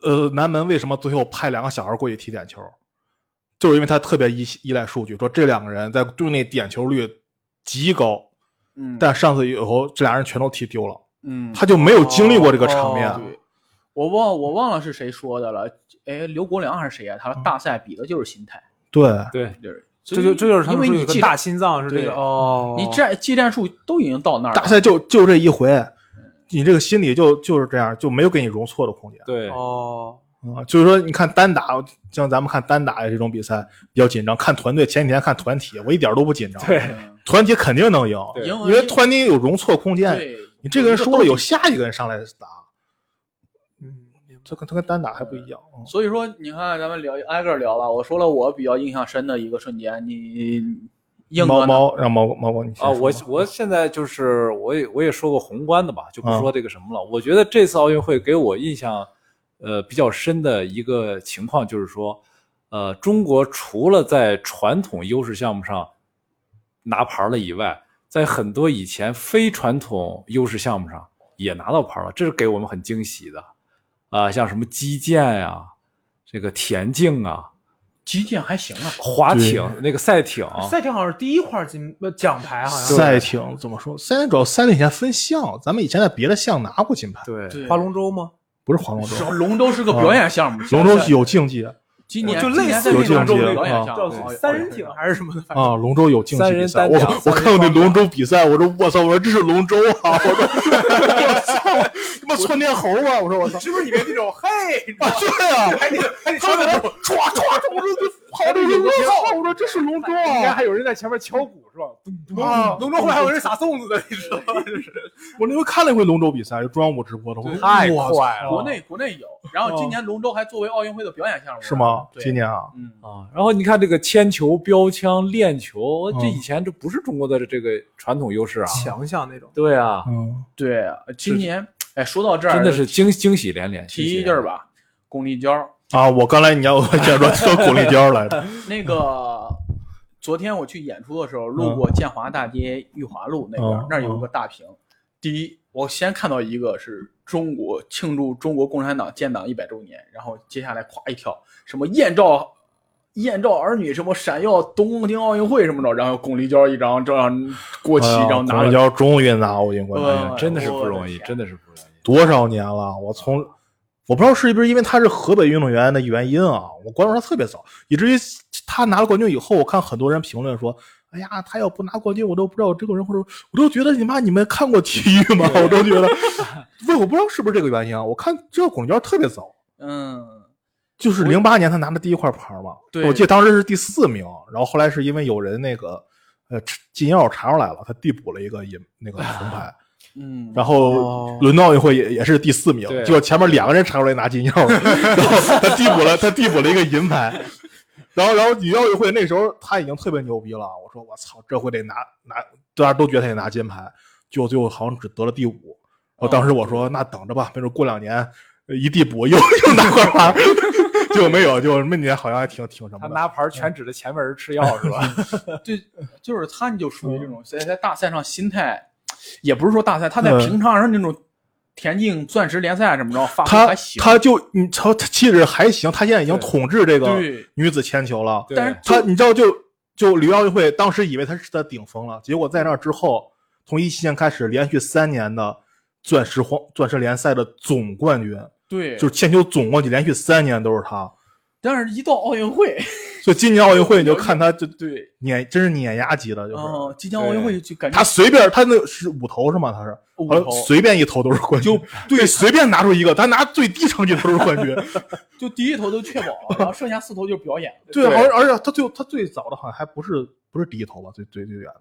Speaker 2: 呃南门为什么最后派两个小孩过去踢点球，就是因为他特别依依赖数据，说这两个人在队内点球率极高，
Speaker 1: 嗯，
Speaker 2: 但上次以后这俩人全都踢丢了，
Speaker 1: 嗯，
Speaker 2: 他就没有经历过这个场面。
Speaker 4: 哦
Speaker 1: 对，我忘我忘了是谁说的了，哎，刘国梁还是谁啊？他说大赛比的就是心态，
Speaker 2: 对，
Speaker 3: 对，
Speaker 1: 就是
Speaker 4: 这就这就是他
Speaker 1: 因
Speaker 4: 们
Speaker 1: 为
Speaker 4: 说
Speaker 1: 你
Speaker 4: 有个
Speaker 1: 技
Speaker 4: 大
Speaker 1: 战
Speaker 4: 心脏是这
Speaker 1: 对
Speaker 4: 个哦，
Speaker 1: 你战技战术都已经到那儿了，
Speaker 2: 大赛就就这一回，你这个心理就就是这样，就没有给你容错的空间。
Speaker 3: 对，
Speaker 4: 哦，
Speaker 2: 啊、就是说，你看单打，像咱们看单打这种比赛比较紧张，看团队。前几天看团体，我一点都不紧张。
Speaker 3: 对，
Speaker 2: 团体肯定能赢，
Speaker 3: 对
Speaker 1: 赢
Speaker 2: 因为团体有容错空间。
Speaker 1: 对
Speaker 2: 你这个人输了，有下一个人上来打。
Speaker 4: 嗯，明白
Speaker 2: 这跟他跟单打还不一样。嗯
Speaker 1: 所以说，你看咱们聊挨个聊吧。我说了我比较印象深的一个瞬间，你硬
Speaker 2: 猫
Speaker 1: 哥呢
Speaker 2: 猫让猫猫猫你先
Speaker 3: 啊，
Speaker 2: 说
Speaker 3: 我
Speaker 2: 吧
Speaker 3: 我现在就是我也我也说过宏观的吧，就不说这个什么了。我觉得这次奥运会给我印象，呃，比较深的一个情况就是说，呃，中国除了在传统优势项目上拿牌了以外，在很多以前非传统优势项目上也拿到牌了，这是给我们很惊喜的。啊、像什么击剑呀、这个田径啊、
Speaker 1: 击剑还行啊，
Speaker 3: 划艇那个赛艇，
Speaker 4: 赛艇好像是第一块金呃奖牌，好像
Speaker 2: 啊赛艇怎么说？赛艇主要赛艇以前分项，咱们以前在别的项拿过金牌，
Speaker 3: 对
Speaker 1: 对
Speaker 4: 划龙舟吗？
Speaker 2: 不是啊划龙舟。
Speaker 1: 龙舟是个表演项目，
Speaker 2: 龙舟有竞技
Speaker 1: 今年
Speaker 4: 就类
Speaker 1: 今
Speaker 4: 似
Speaker 1: 年
Speaker 4: 于
Speaker 1: 在龙
Speaker 4: 那种啊
Speaker 1: 舟
Speaker 2: 有竞技
Speaker 1: 表演项
Speaker 4: 叫
Speaker 1: 目，啊
Speaker 4: 三人艇还是什么的，反正
Speaker 2: 啊，龙舟有竞技
Speaker 3: 三
Speaker 2: 比
Speaker 3: 人
Speaker 2: 赛。
Speaker 3: 单
Speaker 2: 我
Speaker 3: 桨
Speaker 2: 我
Speaker 3: 三人
Speaker 2: 看过那龙舟比赛，我说我操，我说这是龙舟啊！我 说我操，他妈窜天猴啊！我说 我操，
Speaker 4: 是不是你们那种嘿？
Speaker 2: 啊对啊，
Speaker 4: 还得还得
Speaker 2: 他们在那唰唰唰，我说这跑这个，我操，我说这是龙舟
Speaker 4: 应该
Speaker 2: 啊！
Speaker 4: 还有人在前面敲鼓是吧？
Speaker 2: 啊
Speaker 4: 咚龙舟后面还有人撒粽子的，你知道吗？
Speaker 2: 我那回看了一回龙舟比赛，就中央五直播的，我说
Speaker 3: 太
Speaker 2: 我操
Speaker 3: 快了
Speaker 1: 国内国内有。然后
Speaker 4: 哦
Speaker 1: 今年龙舟还作为奥运会的表演项目，
Speaker 2: 是吗？
Speaker 1: 对
Speaker 2: 今年啊，
Speaker 1: 嗯，
Speaker 3: 啊，然后你看这个铅球、标枪、链球，呃这
Speaker 2: 嗯
Speaker 3: 以前这不是中国的这个传统优势啊。
Speaker 4: 强项那种，
Speaker 3: 对啊，
Speaker 2: 嗯，
Speaker 1: 对，今年哎，说到这儿
Speaker 3: 真的是惊惊喜连连。
Speaker 1: 提一句儿吧，巩立姣，
Speaker 2: 啊，我刚才你要我 想说说巩立姣来着，
Speaker 1: 那个昨天我去演出的时候，路过建华大街、裕华路那边儿
Speaker 2: 嗯，
Speaker 1: 那儿有一个大屏。第一，我先看到一个是中国庆祝中国共产党建党一百周年，然后接下来咵一跳什么艳照。艳照儿女什么闪耀东京奥运会什么的，然后巩立姣一张这样国旗，然后拿
Speaker 2: 哎
Speaker 1: 了
Speaker 2: 呀巩立姣终于拿奥运冠军
Speaker 1: 嗯
Speaker 2: 了，
Speaker 3: 哎
Speaker 2: 哎
Speaker 3: 真的是不容
Speaker 1: 我
Speaker 3: 易，
Speaker 1: 的天
Speaker 3: 真的是不容易。
Speaker 2: 多少年了？我从我不知道是不是因为他是河北运动员的原因啊，我关注他特别早，以至于他拿了冠军以后，我看很多人评论说。哎呀，他要不拿冠军，我都不知道这个人，或者我都觉得你妈你们看过体育吗？我都觉得，不，我不知道是不是这个原因啊。我看这个巩立姣特别早，
Speaker 1: 嗯，
Speaker 2: 就是零八年他拿的第一块牌嘛，
Speaker 1: 对
Speaker 2: 我记得当时是第四名，然后后来是因为有人那个呃吃禁药查出来了，他递补了一个银那个铜牌，
Speaker 1: 嗯，
Speaker 2: 然
Speaker 4: 哦
Speaker 2: 后伦敦奥运会也也是第四名，
Speaker 3: 对
Speaker 2: 结果前面两个人查出来拿禁药 了，然后他递补了他递补了一个银牌，然后然后女奥运会那时候他已经特别牛逼了，我说我操，这回得拿拿，大家都觉得他得拿金牌，结果最后好像只得了第五，我当时我说那等着吧，没准过两年一递补又 又拿块牌，就没有，就那年好像还挺挺什么
Speaker 3: 他
Speaker 2: 的。
Speaker 3: 拿牌全指着前面人吃药是吧？
Speaker 1: 对，就是他就属于这种在在大赛上心态，也不是说大赛，他在
Speaker 2: 嗯
Speaker 1: 平常上那种田径钻石联赛什么着发挥
Speaker 2: 他
Speaker 1: 还行，
Speaker 2: 他就你瞧，他气质还行，他现在已经
Speaker 3: 对
Speaker 2: 统治这个
Speaker 1: 对
Speaker 2: 女子铅球了。
Speaker 3: 对
Speaker 1: 但是
Speaker 2: 他你知道就就里约奥运会当时以为他是他顶峰了，结果在那之后，从一七年开始连续三年的钻石黄钻石联赛的总冠军，
Speaker 1: 对，
Speaker 2: 就是铅球总冠军，连续三年都是他。
Speaker 1: 但是一到奥运会，
Speaker 2: 所以今年奥运会你就看他就
Speaker 1: 对，
Speaker 2: 碾，真是碾压级的，就是、
Speaker 1: 嗯，即将奥运会就感觉
Speaker 2: 他随便他那是五投是吗？他是
Speaker 1: 五
Speaker 2: 好像
Speaker 1: 投
Speaker 2: 随便一投都是冠军，就对随便拿出一个，他拿最低成绩都是冠 军。
Speaker 1: 就第一头都确保了，然后剩下四头就是表演，
Speaker 2: 对，而而且他最他最早的好像还不是不是第一头吧，最最最远的，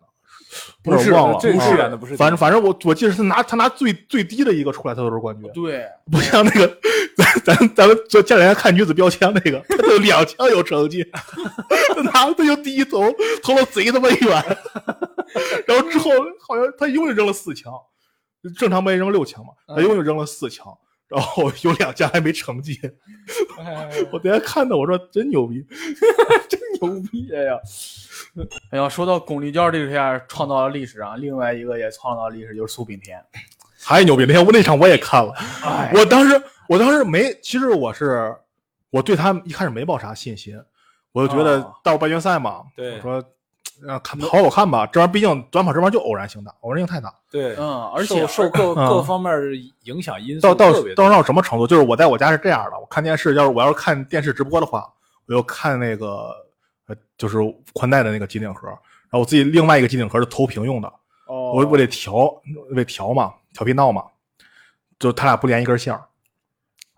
Speaker 3: 不是
Speaker 2: 我忘了，
Speaker 3: 最
Speaker 2: 啊
Speaker 3: 最远的不是
Speaker 2: 反正反正我我记得是拿他拿最最低的一个出来，他都是冠军，
Speaker 1: 对，
Speaker 2: 不像那个咱咱咱们就前两天看女子标枪那个，他就两枪有成绩， 他拿他就第一投投了贼他妈远， 然后之后好像他一共就扔了四枪，正常没扔六枪嘛，他一共就扔了四枪。然后有两枪还没成绩，我等下看的，我说真牛逼，
Speaker 1: 牛逼呀！ 哎呀，说到巩立姣这下创造了历史啊，另外一个也创造了历史就是苏炳添，
Speaker 2: 太牛逼！那天我那场我也看了，
Speaker 1: 哎
Speaker 2: 我当时我当时没，其实我是我对他一开始没抱啥信心，我就觉得
Speaker 1: 啊
Speaker 2: 到半决赛嘛，
Speaker 3: 哦对
Speaker 2: 我说呃，看跑跑看吧，这玩意儿毕竟短跑这玩意儿就偶然性大，偶然性太大。
Speaker 3: 对，
Speaker 1: 嗯，而
Speaker 3: 受
Speaker 1: 且
Speaker 3: 受各
Speaker 2: 嗯
Speaker 3: 各方面影响因素
Speaker 2: 到到
Speaker 3: 特别多
Speaker 2: 到到什么程度？就是我在我家是这样的，我看电视，要是我要是看电视直播的话，我就看那个呃，就是宽带的那个机顶盒，然后我自己另外一个机顶盒是投屏用的，
Speaker 3: 哦
Speaker 2: 我我得调，我得调嘛，调频道嘛，就他俩不连一根线儿，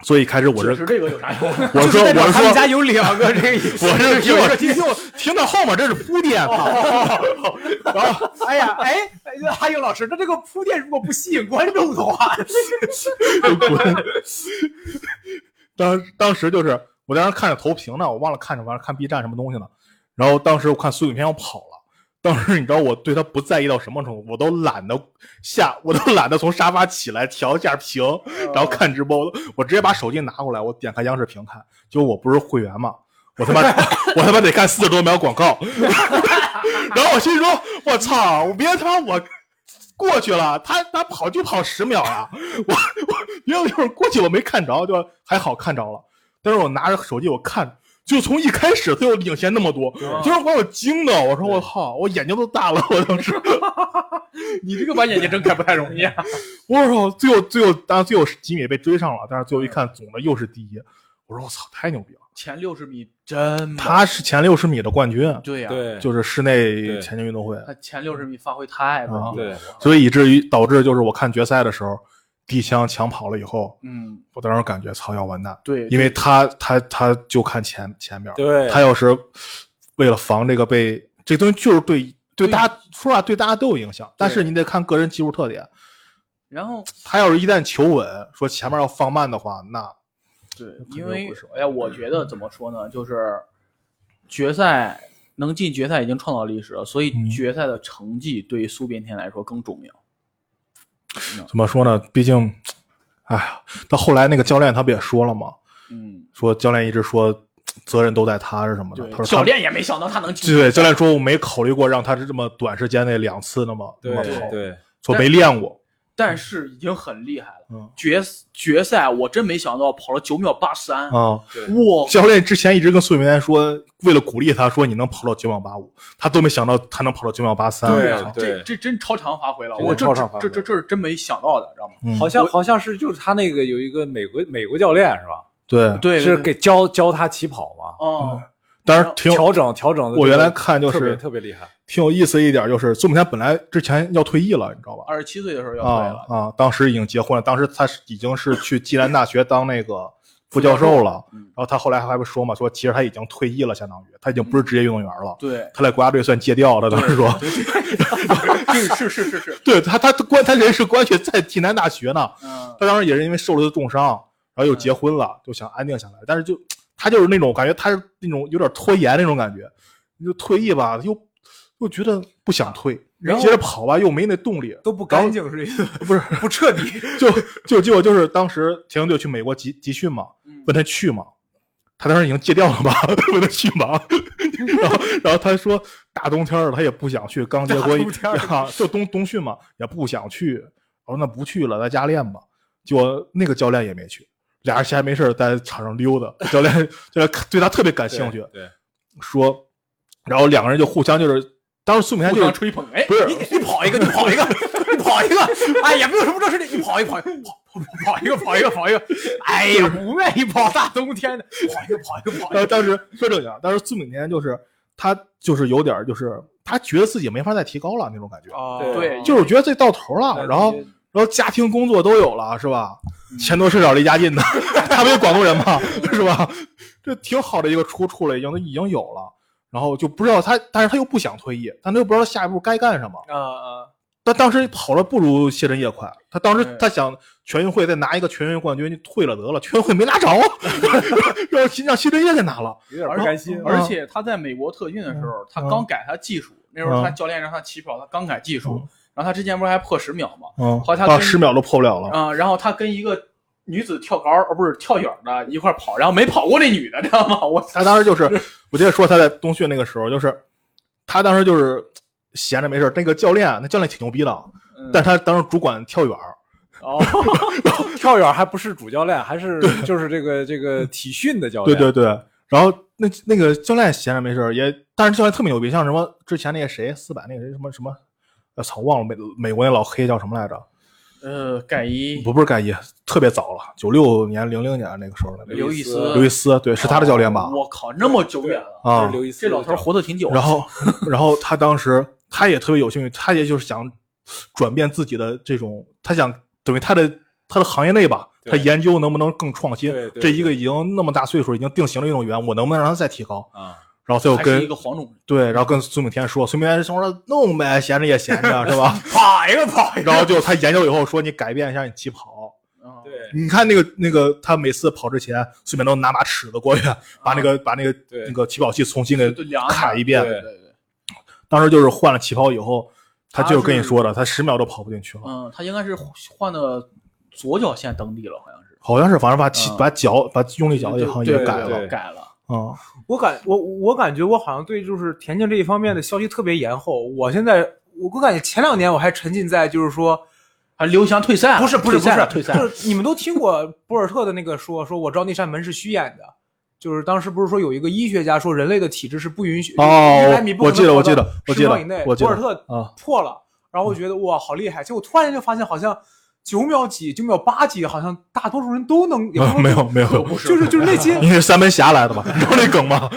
Speaker 2: 所以一开始我是
Speaker 1: 这个有啥用？
Speaker 2: 我是说我是
Speaker 4: 他们家
Speaker 2: 说
Speaker 4: 有两个这个意思。
Speaker 2: 我 是听我听听我听到后面这是铺垫嘛，然后
Speaker 4: 哎呀，哎，哈英老师，那这个铺垫如果不吸引观众的话，
Speaker 2: 就滚。当当时就是我在那儿看着投屏呢，我忘了看什么，看 B 站什么东西呢。然后当时我看苏炳添要跑了，当时你知道我对他不在意到什么程度，我都懒得下，我都懒得从沙发起来调一下屏， 然后看直播，我直接把手机拿过来，我点开央视屏看，就我不是会员嘛。我他妈，我他妈得看四十多秒广告， 然后我心说，我操，我别他妈我过去了，他他跑就跑十秒啊，我我因为就是过去我没看着，就还好看着了，但是我拿着手机我看，就从一开始他就领先那么多，就是把我惊的，我说我靠，我眼睛都大了，我当时，
Speaker 1: 你这个把眼睛睁开不太容易啊。
Speaker 2: 我说最后最后当然最后几米被追上了，但是最后一看总的又是第一，我说我操，太牛逼了，
Speaker 1: 前六十米真猛
Speaker 2: 他是前六十米的冠军，
Speaker 1: 嗯
Speaker 2: 啊
Speaker 1: 对呀、
Speaker 3: 对
Speaker 2: 就是室内田径运动会，
Speaker 1: 他前六十米发挥
Speaker 2: 嗯
Speaker 1: 太棒了。
Speaker 3: 对，
Speaker 2: 所以以至于导致就是我看决赛的时候，地枪抢跑了以后，
Speaker 1: 嗯，
Speaker 2: 我当时感觉操要完蛋，
Speaker 1: 对，
Speaker 2: 因为他他他就看前前边儿，
Speaker 3: 对
Speaker 2: 他要是为了防这个被这东西就是对对大家说实话对大家都有影响，但是你得看个人技术特点。
Speaker 1: 然后
Speaker 2: 他要是一旦求稳，说前面要放慢的话，那
Speaker 1: 对，
Speaker 2: 肯
Speaker 1: 因
Speaker 2: 定
Speaker 1: 为
Speaker 2: 不是
Speaker 1: 哎呀，我觉得怎么说呢，就是决赛能进决赛已经创造历史了，所以
Speaker 2: 嗯
Speaker 1: 决赛的成绩对于苏炳添来说更重要。
Speaker 2: 怎么说呢？毕竟，哎呀，到后来那个教练他不也说了吗？
Speaker 1: 嗯，
Speaker 2: 说教练一直说责任都在他是什么的
Speaker 1: 对，
Speaker 2: 他，说
Speaker 1: 教
Speaker 2: 他
Speaker 1: 练也没想到他能进。
Speaker 2: 对教练说我没考虑过让他这么短时间内两次那么那么
Speaker 3: 对
Speaker 2: 跑，
Speaker 3: 对，
Speaker 2: 说没练过，
Speaker 1: 但是已经很厉害了。
Speaker 2: 嗯
Speaker 1: 决决赛我真没想到跑了九秒八三，哇、
Speaker 2: 啊。教练之前一直跟苏炳添说，为了鼓励他说你能跑到九秒八五，他都没想到他能跑到九秒八三。啊
Speaker 3: 对啊
Speaker 2: 我操
Speaker 1: 这啊这真超常发挥了，
Speaker 3: 这个
Speaker 1: 我这
Speaker 3: 超常发挥
Speaker 1: 这这这是真没想到的，知道吗？
Speaker 2: 嗯
Speaker 3: 好像好像是就是他那个有一个美国美国教练是吧？
Speaker 2: 对，
Speaker 1: 对，
Speaker 3: 是
Speaker 1: 对
Speaker 3: 给教教他起跑嘛，
Speaker 1: 哦，
Speaker 2: 当然挺有
Speaker 3: 调整调整的这个。
Speaker 2: 我原来看就
Speaker 3: 特别
Speaker 2: 是
Speaker 3: 特别厉害，
Speaker 2: 挺有意思一点，就是苏炳添本来之前要退役了，你知道吧？
Speaker 1: 二十七岁的时候要退
Speaker 2: 啊
Speaker 1: 了，
Speaker 2: 啊，当时已经结婚了，当时他是已经是去暨南大学当那个副教授了。
Speaker 1: 嗯
Speaker 2: 然后他后来还不说嘛，说其实他已经退役了，相当于他已经不是职业运动员了。
Speaker 1: 对，
Speaker 2: 他在国家队算借调的，当时说，
Speaker 1: 是是是是是，
Speaker 2: 对他，他他关他人是关系在暨南大学呢，
Speaker 1: 嗯，
Speaker 2: 他当时也是因为受了的重伤，然后又结婚了，就想安定下来，但是就他就是那种感觉，他是那种有点拖延那种感觉，你就退役吧，又又觉得不想退，
Speaker 4: 然后
Speaker 2: 接着跑吧又没那动力，
Speaker 4: 都不干净是意思，
Speaker 2: 不是
Speaker 4: 不彻底。
Speaker 2: 就就结果就是当时田径队去美国集集训嘛，
Speaker 1: 嗯
Speaker 2: 问他去吗？他当时已经戒掉了吧， 问他去吗？ 然后然后他说大冬天儿他也不想去，刚结婚
Speaker 4: 大冬天儿
Speaker 2: 啊， 就冬冬训嘛，也不想去。我说那不去了，在家练吧。结果那个教练也没去，俩人闲没事儿在场上溜达。 教练教练对他特别感兴趣，
Speaker 3: 对，
Speaker 2: 说，然后两个人就互相就是，当时苏炳添
Speaker 1: 互
Speaker 2: 就
Speaker 1: 相
Speaker 2: 是
Speaker 1: 吹捧，哎
Speaker 2: 不，是
Speaker 4: 你你跑一个，你跑一个，你跑一个，哎呀，没有什么正事的，你跑一跑，跑跑一个，跑一个，跑一个，哎呀，不愿意跑大冬天的，跑一个，跑一个，跑一
Speaker 2: 然后
Speaker 4: 个。
Speaker 2: 当时说正经，当时苏炳添就是他就是有点儿就是他觉得自己没法再提高了那种感觉，
Speaker 4: 啊
Speaker 1: 对
Speaker 2: 就是觉得自己到头了，
Speaker 3: 对
Speaker 2: 然后
Speaker 3: 这些
Speaker 2: 然后家庭工作都有了是吧？
Speaker 1: 嗯
Speaker 2: 钱多事少离家近的， 他不是广东人嘛是吧？这挺好的一个出处了，已经已经有了，然后就不知道他，但是他又不想退役，但他又不知道下一步该干什么。
Speaker 3: 嗯
Speaker 4: 啊啊，
Speaker 2: 他当时跑了不如谢震业快，他当时
Speaker 1: 对
Speaker 2: 他想全运会再拿一个全运冠军，就退了得了，全运会没拿着，啊 让让谢震业给拿了。
Speaker 3: 有点
Speaker 1: 而
Speaker 3: 不甘心。
Speaker 1: 而且他在美国特训的时
Speaker 2: 嗯
Speaker 1: 候，他刚改他技术，那时候他教练让他起跑，他刚改技术
Speaker 2: 嗯，
Speaker 1: 然后他之前不是还破十秒吗？
Speaker 2: 嗯，
Speaker 1: 好像
Speaker 2: 啊，
Speaker 1: 跟
Speaker 2: 十秒都破不了了。
Speaker 1: 啊，然后他跟一个女子跳高，哦，不是跳远的一块跑，然后没跑过那女的，知道吗？我
Speaker 2: 他当时就是，我记得说他在冬训那个时候，就是他当时就是闲着没事儿那个教练，啊那教练挺牛逼的，
Speaker 1: 嗯
Speaker 2: 但是他当时主管跳远儿，
Speaker 1: 哦，
Speaker 3: 跳远还不是主教练，还是就是这个这个体训的教
Speaker 2: 对
Speaker 3: 练。
Speaker 2: 对对，然后那那个教练闲着没事儿也，但是教练特别牛逼，像什么之前那个谁四百那个谁什么什么，呃，操，忘了美美国那老黑叫什么来着？
Speaker 1: 呃，盖伊、
Speaker 2: 不不是盖伊，特别早了，九六年零零年那个时候的
Speaker 1: 刘易斯、
Speaker 2: 刘易斯，对，是他的教练吧？
Speaker 1: 我靠，那么久远了，
Speaker 2: 啊，
Speaker 3: 刘易斯
Speaker 1: 这老头儿活得挺久。
Speaker 2: 然后， 然后他当时他也特别有兴趣，他也就是想转变自己的这种，他想等于他的他的行业内吧，
Speaker 3: 对
Speaker 2: 他研究能不能更创新
Speaker 3: 对。对
Speaker 2: 这一个已经那么大岁数，已经定型的运动员，我能不能让他再提高？
Speaker 3: 啊，
Speaker 2: 然后他又
Speaker 1: 还是一
Speaker 2: 跟
Speaker 1: 个黄种人，
Speaker 2: 对，然后跟孙炳添说，孙炳添说弄呗，闲着也闲 着是吧？
Speaker 3: 跑一个跑一个，
Speaker 2: 然后就他研究以后说，你改变一下你起跑，
Speaker 1: 啊，
Speaker 3: 对
Speaker 2: 你看那个那个，他每次跑之前，顺便都拿把尺子过去，把那个把那个
Speaker 3: 啊对
Speaker 2: 那个起跑器重新给
Speaker 1: 就量
Speaker 2: 卡一遍。
Speaker 1: 对对对，
Speaker 2: 当时就是换了起跑以后，他
Speaker 4: 啊
Speaker 1: 他
Speaker 2: 就是跟
Speaker 1: 是
Speaker 2: 你说的，他十秒都跑不进去了，
Speaker 1: 嗯，他应该是换的左脚线蹬地了，好像是，
Speaker 2: 好像是反正把起
Speaker 1: 嗯
Speaker 2: 把脚把用力脚也
Speaker 1: 对
Speaker 2: 好像
Speaker 1: 对
Speaker 2: 也改
Speaker 1: 对
Speaker 2: 了
Speaker 1: 对改了。
Speaker 2: 啊。
Speaker 4: 我感我我感觉我好像对就是田径这一方面的消息特别延后。我现在我我感觉前两年我还沉浸在就是说
Speaker 1: 还刘翔退赛了，
Speaker 4: 不是不是
Speaker 1: 退
Speaker 4: 不
Speaker 1: 赛
Speaker 4: 是
Speaker 1: 了退赛了，
Speaker 4: 就是你们都听过博尔特的那个说说我知道那扇门是虚掩的，就是当时不是说有一个医学家说人类的体质是不允许
Speaker 2: 哦
Speaker 4: 100米不可
Speaker 2: 我
Speaker 4: 能
Speaker 2: 记得
Speaker 4: 跑
Speaker 2: 我记得
Speaker 4: 到
Speaker 2: 我
Speaker 4: 10
Speaker 2: 记得
Speaker 4: 秒以内，
Speaker 2: 我记得
Speaker 4: 博尔特
Speaker 2: 啊
Speaker 4: 破了，然后我觉得哇好厉害，结果突然间就发现好像九秒几九秒八几，好像大多数人都能也不
Speaker 2: 啊
Speaker 4: 能
Speaker 2: 没有没有，
Speaker 4: 就是就是那些
Speaker 2: 你是三门峡来的吧？你知道那梗吗？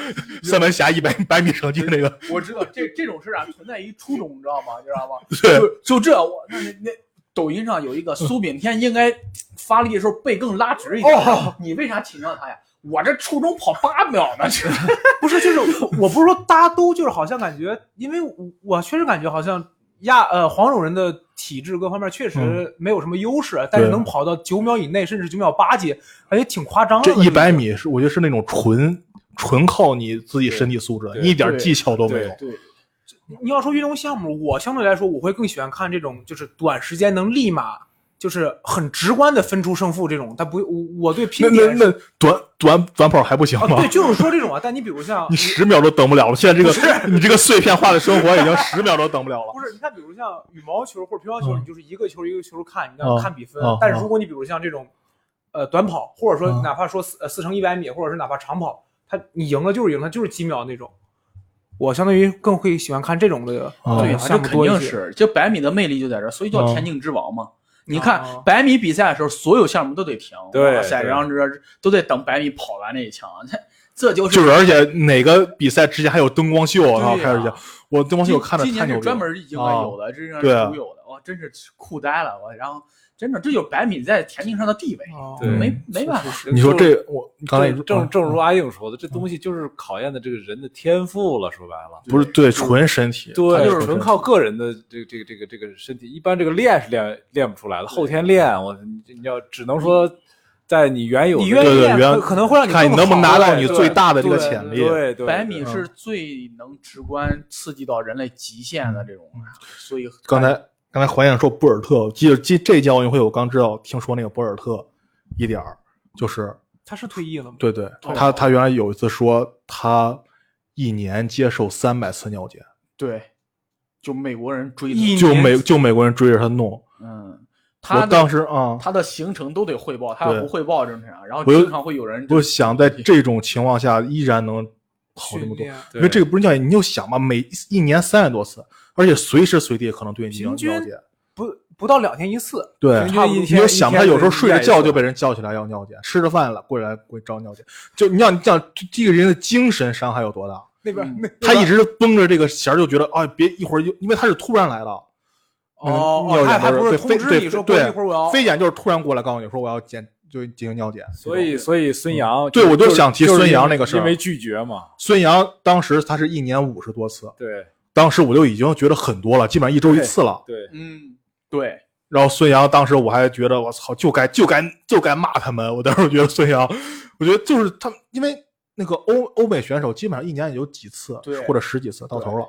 Speaker 2: 三门峡一百百米成绩那个，
Speaker 1: 我知道这这种事啊存在于初中，你知道吗？你知道吗？
Speaker 2: 对
Speaker 1: 就就这我那那那抖音上有一个苏炳添应该发力的时候背更拉直一点，
Speaker 4: 哦
Speaker 1: 你为啥体谅他呀？我这初中跑八秒呢，这
Speaker 4: 不是，就是我我不是说大家都就是好像感觉，因为我我确实感觉好像亚呃黄种人的体质各方面确
Speaker 2: 嗯
Speaker 4: 实没有什么优势，啊但是能跑到九秒以内，甚至九秒八几，感觉挺夸张的。
Speaker 2: 这一百米是我觉得是那种纯纯靠你自己身体素质，
Speaker 3: 对
Speaker 2: 一点
Speaker 1: 对
Speaker 2: 技巧都没有
Speaker 3: 对。
Speaker 1: 对
Speaker 4: 你要说运动项目，我相对来说我会更喜欢看这种就是短时间能立马就是很直观的分出胜负这种，但不我我对
Speaker 2: 那
Speaker 4: 拼
Speaker 2: 那
Speaker 4: 点是
Speaker 2: 那短短短跑还不行
Speaker 4: 啊
Speaker 2: 吗？
Speaker 4: 对就是说这种啊，但你比如像
Speaker 2: 你十秒都等不了了。现在这个你这个碎片化的生活已经十秒都等不了 了。
Speaker 4: 不是，你看，比如像羽毛球或者乒乓球，
Speaker 2: 嗯
Speaker 4: 你就是一个球一个球看，你那
Speaker 2: 嗯
Speaker 4: 看比分
Speaker 2: 嗯嗯。
Speaker 4: 但是如果你比如像这种，呃，短跑，或者
Speaker 2: 嗯
Speaker 4: 说哪怕说四呃四乘一百米，或者是哪怕长跑，它你赢了就是赢了，就是几秒那种。我相当于更会喜欢看这种的
Speaker 2: 哦
Speaker 1: 对
Speaker 4: 呃
Speaker 1: 啊，这
Speaker 4: 项目
Speaker 1: 肯
Speaker 4: 多一
Speaker 1: 定
Speaker 4: 些。
Speaker 1: 是这百米的魅力就在这儿，所以叫
Speaker 2: 嗯
Speaker 1: 田径之王嘛。你看
Speaker 4: 哦
Speaker 1: 百米比赛的时候，所有项目都得停，
Speaker 3: 对
Speaker 1: 哇塞，
Speaker 3: 对
Speaker 1: 然后这都得等百米跑完那一枪，这这就是
Speaker 2: 就是，而且哪个比赛之前还有灯光秀，然后
Speaker 1: 对呀
Speaker 2: 开始讲，我灯光秀看着
Speaker 1: 今
Speaker 2: 太
Speaker 1: 今年
Speaker 2: 牛
Speaker 1: 是
Speaker 2: 逼了
Speaker 1: 专。门已经有的，这是
Speaker 2: 对啊
Speaker 1: 独有的，哇，真是酷呆了！我然后真的，这就是百米在田径上的地位，
Speaker 2: 啊
Speaker 4: 哦
Speaker 3: 对
Speaker 1: 没没办法。
Speaker 3: 法
Speaker 2: 你说这我刚才也
Speaker 3: 正
Speaker 2: 说
Speaker 3: 正
Speaker 2: 嗯
Speaker 3: 正如阿颖说的，这东西就是考验的这个人的天赋了。说白了，
Speaker 2: 不是对纯身体，
Speaker 3: 对，
Speaker 2: 它
Speaker 3: 就是
Speaker 2: 身
Speaker 3: 纯
Speaker 2: 体
Speaker 3: 靠个人的这个这个这个这个身体，一般这个练是练练不出来的，后天练，我你你要只能说在你原有的
Speaker 4: 你愿
Speaker 2: 对
Speaker 4: 意
Speaker 2: 对
Speaker 4: 练，
Speaker 2: 原
Speaker 4: 可可能会让
Speaker 2: 啊
Speaker 4: 你
Speaker 2: 看你
Speaker 4: 更
Speaker 2: 能不能
Speaker 4: 好
Speaker 2: 拿到
Speaker 3: 对
Speaker 2: 你
Speaker 3: 对
Speaker 2: 最大的这个
Speaker 4: 对
Speaker 2: 潜力。
Speaker 3: 对对
Speaker 1: 百米
Speaker 2: 嗯
Speaker 1: 是最能直观刺激到人类极限的这种，
Speaker 2: 嗯
Speaker 1: 啊所以
Speaker 2: 刚才刚才怀燕说博尔特，我记得记这届奥运会我刚知道听说那个博尔特一点儿就是
Speaker 4: 他是退役了吗？
Speaker 2: 对对，他他原来有一次说他一年接受三百次尿检，
Speaker 1: 对，就美国人追
Speaker 4: 一
Speaker 1: 的，
Speaker 2: 就
Speaker 4: 年
Speaker 2: 美就美国人追着他弄。
Speaker 1: 嗯，
Speaker 2: 我
Speaker 1: 他的
Speaker 2: 当时啊，
Speaker 1: 他的行程都得汇报，他
Speaker 2: 对
Speaker 1: 要不汇报正常，然后
Speaker 2: 我就
Speaker 1: 经常会有人
Speaker 2: 我想在这种情况下依然能跑这么多，
Speaker 4: 训练
Speaker 2: 因为这个不是教练，你就想吧，每一年三十多次，而且随时随地可能对你有
Speaker 4: 平均
Speaker 2: 了解。
Speaker 4: 不不到两天一次，
Speaker 2: 对，
Speaker 4: 平均一
Speaker 2: 你
Speaker 4: 天
Speaker 2: 就想吧他有时候睡着觉就被
Speaker 3: 人
Speaker 2: 人叫起来要尿检，吃着饭了过来会招尿检，就你想你想这个人的精神伤害有多大？
Speaker 4: 那边
Speaker 1: 嗯
Speaker 4: 那
Speaker 2: 他一直绷着这个弦儿，就觉得哎别一会儿就，因为他是突然来的，那个
Speaker 4: 哦
Speaker 2: 尿
Speaker 4: 哦，他
Speaker 2: 检
Speaker 4: 还
Speaker 2: 都
Speaker 4: 不
Speaker 2: 是
Speaker 4: 是
Speaker 2: 非
Speaker 4: 通
Speaker 2: 对
Speaker 4: 知你
Speaker 2: 非
Speaker 4: 说过
Speaker 2: 对
Speaker 4: 一会儿我要
Speaker 2: 非检就是突然过来告诉你说我要检就进行尿检，
Speaker 3: 所以所以孙杨
Speaker 2: 嗯对
Speaker 3: 就
Speaker 2: 我就想提
Speaker 3: 是
Speaker 2: 孙杨
Speaker 3: 因为
Speaker 2: 那个事儿
Speaker 3: 因为拒绝嘛，
Speaker 2: 孙杨当时他是一年五十多次，
Speaker 3: 对
Speaker 2: 当时我就已经觉得很多了，基本上一周一次了。
Speaker 3: 对
Speaker 1: 嗯，对，
Speaker 2: 然后孙杨当时我还觉得我操，就该就该就该骂他们。我当时觉得孙杨，我觉得就是他们，因为那个欧欧美选手基本上一年也就几次
Speaker 1: 对
Speaker 2: 或者十几次到头了，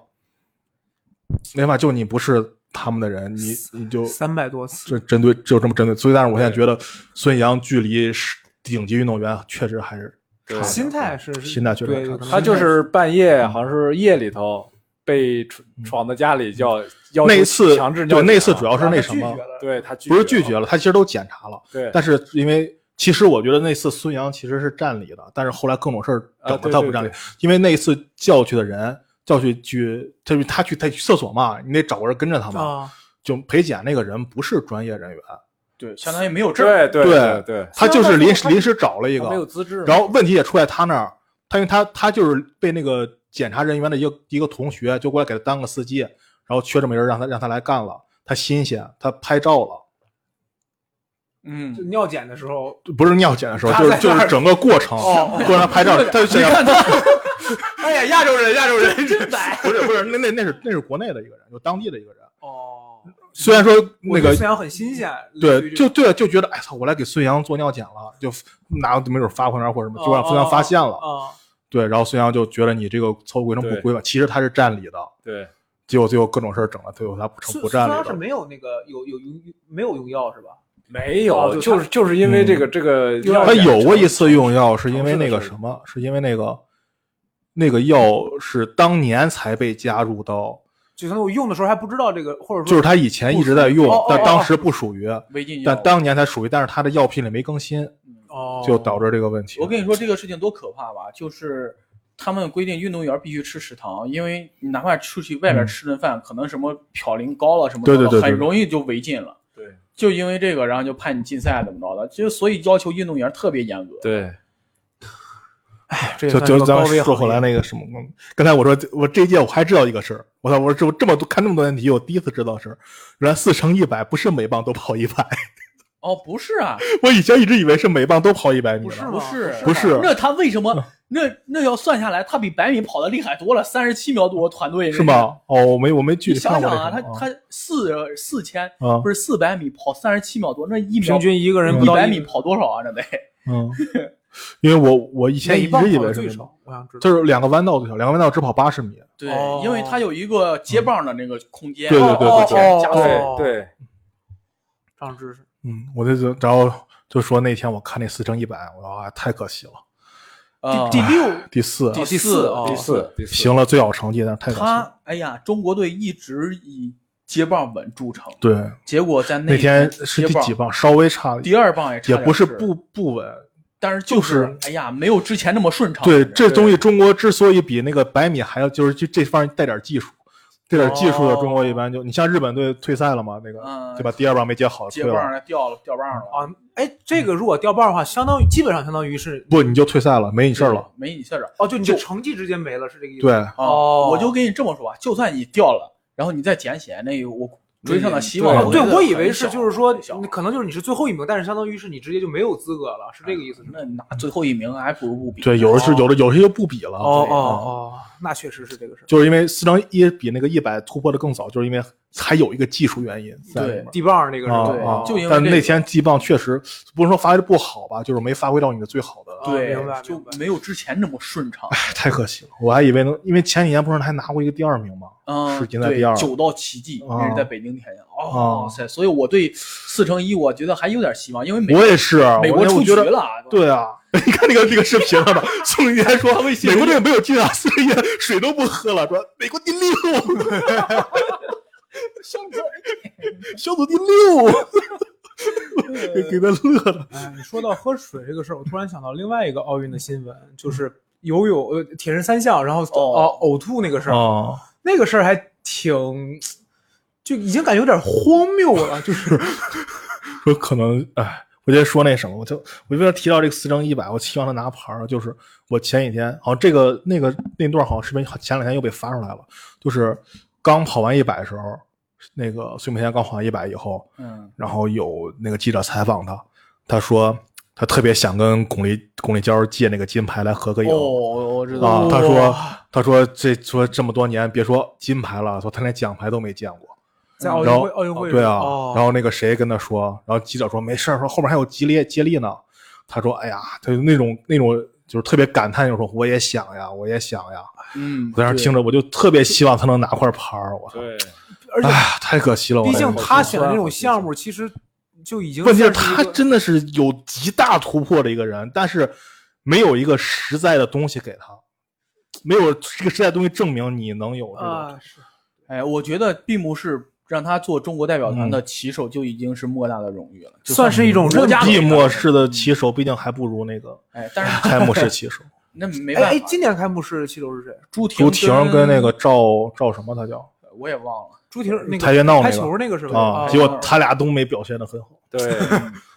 Speaker 2: 没办法，就你不是他们的人，你你就
Speaker 4: 三百多次，
Speaker 2: 这针对就这么针对。所以，但是我现在觉得孙杨距离是顶级运动员啊确实还是
Speaker 3: 对
Speaker 4: 心态是是
Speaker 2: 心态确实
Speaker 4: 对
Speaker 2: 差
Speaker 4: 可能
Speaker 3: 他就是半夜
Speaker 2: 嗯
Speaker 3: 好像是夜里头被闯闯到家里叫要求
Speaker 2: 那一次
Speaker 3: 强制
Speaker 2: 对
Speaker 3: 尿检啊
Speaker 2: 那次主
Speaker 3: 了
Speaker 2: 要是
Speaker 4: 让他
Speaker 2: 那什
Speaker 4: 拒
Speaker 2: 么
Speaker 4: 绝，了
Speaker 3: 对他拒
Speaker 2: 不是拒
Speaker 3: 了
Speaker 2: 绝了，他其实都检查了。
Speaker 3: 对
Speaker 2: 但是因为其实我觉得那次孙杨其实是占理的，但是后来各种事儿整的
Speaker 3: 啊对
Speaker 2: 他不
Speaker 3: 对
Speaker 2: 占理，
Speaker 3: 对
Speaker 2: 因为那一次叫去的人叫去去，他去他去他去厕所嘛，你得找个人跟着他嘛。
Speaker 4: 啊，
Speaker 2: 就陪检那个人不是专业人员，
Speaker 1: 对，相当于没有证儿。
Speaker 3: 对对
Speaker 2: 对
Speaker 3: 对，
Speaker 2: 他就是临时
Speaker 4: 他啊
Speaker 2: 临时找了一
Speaker 3: 他没有
Speaker 2: 个，
Speaker 3: 资质嘛，
Speaker 2: 然后问题也出在他那儿，他因为他他就是被那个检查人员的一个一个同学就过来给他当个司机，然后缺这么一人让他让他来干了，他新鲜，他拍照了。
Speaker 1: 嗯
Speaker 4: 就，尿检的时候，
Speaker 2: 不是尿检的时候，
Speaker 4: 他
Speaker 2: 就是
Speaker 4: 在
Speaker 2: 就
Speaker 4: 那
Speaker 2: 是
Speaker 4: 儿
Speaker 2: 整个过程，过程他拍照，他就这样，
Speaker 1: 哎呀，亚洲人，亚洲人真白。
Speaker 2: 不是不是，那那那是那是国内的一个人，就当地的一个人。
Speaker 4: 哦，
Speaker 2: 虽然说那
Speaker 4: 我觉
Speaker 2: 个
Speaker 4: 得孙杨很新鲜，
Speaker 2: 对，就对就觉得哎操，我来给孙杨做尿检了，就拿没准发朋友圈或者什么，就让孙杨发现了。
Speaker 4: 啊，
Speaker 2: 对，然后孙杨就觉得你这个操作规程不
Speaker 3: 对
Speaker 2: 规范，其实他是占理的，
Speaker 3: 对
Speaker 2: 结果最后各种事儿整了，最后他不成
Speaker 4: 孙
Speaker 2: 不
Speaker 4: 孙
Speaker 2: 占理
Speaker 4: 杨是
Speaker 2: 的。
Speaker 4: 没有那个有有用没有用药是吧？
Speaker 3: 没
Speaker 4: 哦
Speaker 3: 有，
Speaker 4: 就
Speaker 3: 就是就是因为这个
Speaker 2: 嗯
Speaker 3: 这个
Speaker 4: 有
Speaker 3: 尿
Speaker 2: 他
Speaker 4: 点
Speaker 3: 检
Speaker 2: 有过
Speaker 3: 成
Speaker 2: 一次用药，是因
Speaker 3: 尝
Speaker 2: 为
Speaker 3: 试的
Speaker 2: 那个
Speaker 3: 时
Speaker 2: 什
Speaker 3: 候
Speaker 2: 么？是因为那个那个药是当年才被加入到，
Speaker 4: 就可能我用的时候还不知道这个，或者说
Speaker 2: 就是他以前一直在用
Speaker 4: 不属于哦，
Speaker 2: 但
Speaker 4: 哦
Speaker 2: 当
Speaker 4: 哦
Speaker 2: 时不属于，
Speaker 1: 违禁药
Speaker 2: 但当年才属于，但是他的药品里没更新，
Speaker 4: 哦，
Speaker 2: 就导致这个问题。
Speaker 1: 我跟你说这个事情多可怕吧，就是他们规定运动员必须吃食堂，因为你哪怕出去外边吃顿饭，可能什么嘌呤高了什么的，
Speaker 2: 嗯对对对对
Speaker 1: 很容易就违禁了。
Speaker 3: 对
Speaker 1: 就因为这个，然后就判你禁赛怎么着的，就所以要求运动员特别严格。
Speaker 3: 对
Speaker 4: 这也
Speaker 2: 就
Speaker 4: 算
Speaker 2: 就是
Speaker 4: 个
Speaker 2: 咱
Speaker 4: 高
Speaker 2: 们
Speaker 4: 危
Speaker 2: 说
Speaker 4: 行
Speaker 2: 回
Speaker 4: 业
Speaker 2: 来那个什么，刚才我说我这一届我还知道一个事儿，我操，我这这么多看这么多年体育，我第一次知道的事儿，原来四乘一百不是每棒都跑一百，
Speaker 1: 哦，不是啊，
Speaker 2: 我以前一直以为是每棒都跑一百米
Speaker 4: 不是
Speaker 2: 呢。
Speaker 1: 不
Speaker 4: 吗
Speaker 1: 是
Speaker 2: 不是
Speaker 1: 那他为什么？那那要算下来，他比百米跑的厉害多了，三十七秒多，团队
Speaker 2: 是？吗？哦，我没我没具
Speaker 1: 你
Speaker 2: 体
Speaker 1: 想
Speaker 2: 看过
Speaker 1: 想
Speaker 2: 这
Speaker 1: 啊，他
Speaker 2: 个
Speaker 1: 他四四千
Speaker 2: 啊
Speaker 1: 不是四百米跑三十七秒多，那一秒
Speaker 4: 平均一个人不
Speaker 1: 一
Speaker 4: 到
Speaker 1: 百
Speaker 4: 一
Speaker 1: 米，跑多少啊？那得
Speaker 2: 嗯， 因为我我以前
Speaker 4: 每
Speaker 2: 一
Speaker 4: 一棒
Speaker 2: 直以
Speaker 4: 跑
Speaker 2: 为
Speaker 4: 得
Speaker 2: 是
Speaker 4: 最
Speaker 2: 每棒
Speaker 4: 少，我想知道。
Speaker 2: 就是两个弯道最少，两个弯道只跑八十米，
Speaker 1: 对
Speaker 4: 哦
Speaker 1: 因为它有一个接棒的那个空间，
Speaker 2: 嗯对对对对对
Speaker 1: 加速
Speaker 4: 哦
Speaker 3: 对对，
Speaker 4: 长知识，
Speaker 2: 嗯，我就就然后就说那天我看那四乘一百，我说啊太可惜了，
Speaker 1: 啊
Speaker 4: 第第六
Speaker 2: 第四
Speaker 1: 第
Speaker 4: 第四
Speaker 1: 哦
Speaker 4: 哦
Speaker 3: 第四第四
Speaker 2: 行了最好成绩，但是太可惜了。
Speaker 1: 他哎呀，中国队一直以接棒稳著称，
Speaker 2: 对，
Speaker 1: 结果在
Speaker 2: 那天
Speaker 1: 天
Speaker 2: 是
Speaker 1: 接
Speaker 2: 第
Speaker 1: 棒
Speaker 2: 几？棒？稍微差了一
Speaker 1: 第二棒也差
Speaker 2: 也
Speaker 1: 点
Speaker 2: 不是
Speaker 1: 是
Speaker 2: 不，不稳。
Speaker 1: 但是就
Speaker 2: 就是
Speaker 1: 哎呀，没有之前那么顺畅。
Speaker 2: 对，
Speaker 1: 反正
Speaker 2: 这东西中国之所以比那个百米还要，就是就这方面带点技术，这点技术的中国一般就你像日本队退赛了嘛，那个
Speaker 1: 哦嗯
Speaker 2: 对吧？第二棒没接好退
Speaker 1: 接
Speaker 2: 了，
Speaker 1: 棒掉了掉棒了，
Speaker 4: 啊，哎，这个如果掉棒的话，相当于基本上相当于是
Speaker 2: 不你就退赛了，没你
Speaker 1: 没
Speaker 2: 事儿了。，
Speaker 1: 啊没你事儿了。
Speaker 4: 哦，就你
Speaker 1: 就
Speaker 4: 的成绩直接没了，是这个意思？
Speaker 2: 对，
Speaker 1: 啊
Speaker 4: 哦
Speaker 1: 我就跟你这么说吧，就算你掉了，然后你再捡起来，那个我追上的希
Speaker 3: 对
Speaker 1: 望
Speaker 4: 哦，
Speaker 1: 我
Speaker 4: 对
Speaker 1: 觉得
Speaker 4: 我以
Speaker 1: 很
Speaker 4: 为是
Speaker 1: 小
Speaker 4: 就是说
Speaker 1: 很小，
Speaker 4: 可能就是你是最后一名，但是相当于是你直接就没有资格了，是这个意思？是吗？
Speaker 1: 那拿最后一名还不如不比。
Speaker 2: 对，有的是有的有些就不比了。
Speaker 4: 哦
Speaker 2: 对
Speaker 4: 哦
Speaker 2: 嗯
Speaker 4: 哦，那确实是这个事儿。
Speaker 2: 就是因为四乘一比那个一百突破的更早，就是因为还有一个技术原因在里
Speaker 1: 对
Speaker 2: 面。
Speaker 4: 地棒那个是吧？
Speaker 1: 对
Speaker 2: 啊啊
Speaker 1: 就因为
Speaker 2: 但
Speaker 1: 这
Speaker 2: 那
Speaker 1: 个
Speaker 2: 天季棒确实不是说发挥的不好吧，就是没发挥到你的最好的。啊哎
Speaker 1: 对
Speaker 4: 哦明白，
Speaker 1: 就
Speaker 4: 明白
Speaker 1: 没有之前那么顺 畅。
Speaker 2: 太可惜了，我还以为能，因为前几年不是还拿过一个第二名吗？
Speaker 1: 嗯，
Speaker 2: 是
Speaker 1: 对，
Speaker 2: 赢在第二
Speaker 1: 九道奇迹，
Speaker 2: 啊
Speaker 1: 那是在北京田径。
Speaker 2: 啊
Speaker 1: 哦，哇塞！所以我对四乘一，我觉得还有点希望，因为美
Speaker 2: 我也是，啊
Speaker 1: 美
Speaker 2: 我
Speaker 1: 国
Speaker 2: 那
Speaker 1: 出
Speaker 2: 我
Speaker 1: 局
Speaker 2: 觉得
Speaker 1: 了。，
Speaker 2: 对啊， 你看那个那个视频了吧？宋林还说
Speaker 1: 微信
Speaker 2: 美国队没有进啊，所以水都不喝了，说美国第六，
Speaker 1: 小
Speaker 2: 小组第六，
Speaker 1: 哥，
Speaker 2: 给他乐的。
Speaker 4: 哎，你说到喝水这个事儿，我突然想到另外一个奥运的新闻，就是游泳呃铁人三项，然后
Speaker 1: 哦
Speaker 4: 呃呕吐那个事儿，
Speaker 2: 哦，
Speaker 4: 那个事儿还挺，就已经感觉有点荒谬了，就是
Speaker 2: 说可能，哎，我就说那什么，我就我为了提到这个四乘一百，我希望他拿牌儿。就是我前几天好像这个那个那段好像视频前两天又被发出来了，就是刚跑完一百的时候，那个孙培贤刚跑完一百以后，
Speaker 1: 嗯，
Speaker 2: 然后有那个记者采访他，他说他特别想跟巩立巩立姣借那个金牌来合个影。
Speaker 1: 哦，我知道
Speaker 2: 啊，
Speaker 1: 了。
Speaker 2: 他说，他说这说这么多年，别说金牌了，说他连奖牌都没见过。
Speaker 4: 在奥
Speaker 2: 然
Speaker 4: 运
Speaker 2: 后
Speaker 4: 会奥运会
Speaker 2: 对啊，
Speaker 4: 哦
Speaker 2: 然后那个谁跟他说，然后记者说没事儿，说后面还有接力接力呢。他说哎呀，他就那种那种就是特别感叹，就说我也想呀，我也想呀。
Speaker 1: 嗯，
Speaker 2: 我当时听
Speaker 1: 着，
Speaker 2: 着我就特别希望他能拿块牌儿，我操，
Speaker 3: 对
Speaker 4: 而且
Speaker 2: 哎呀，太可惜了。我
Speaker 4: 毕
Speaker 2: 这
Speaker 4: 竟
Speaker 2: 个
Speaker 4: 他选的那种项目，其实就已经
Speaker 2: 问题是
Speaker 4: 算一
Speaker 2: 他
Speaker 4: 个
Speaker 2: 真的是有极大突破的一个人，但是没有一个实在的东西给他，没有这个实在的东西证明你能有这个。
Speaker 4: 啊，是
Speaker 1: 哎，我觉得闭幕式让他做中国代表
Speaker 2: 嗯
Speaker 1: 团的旗手就已经是莫大的荣誉了，就
Speaker 4: 算是一种认
Speaker 1: 国家
Speaker 4: 可
Speaker 1: 队
Speaker 2: 闭幕式的旗手毕竟还不如那个
Speaker 1: 哎，但是
Speaker 2: 开幕式旗手
Speaker 1: 那没
Speaker 4: 哎
Speaker 1: 办
Speaker 4: 哎，
Speaker 1: 法，
Speaker 4: 今年开幕式的气球是谁？
Speaker 1: 朱
Speaker 2: 朱
Speaker 1: 婷
Speaker 2: 婷跟那个赵赵什么他叫
Speaker 1: 我也忘了，
Speaker 4: 朱婷那个
Speaker 2: 跆拳道那个
Speaker 4: 拍球那个是吧？
Speaker 2: 啊，
Speaker 1: 啊
Speaker 2: 结果他俩都没表现的很好。
Speaker 3: 对，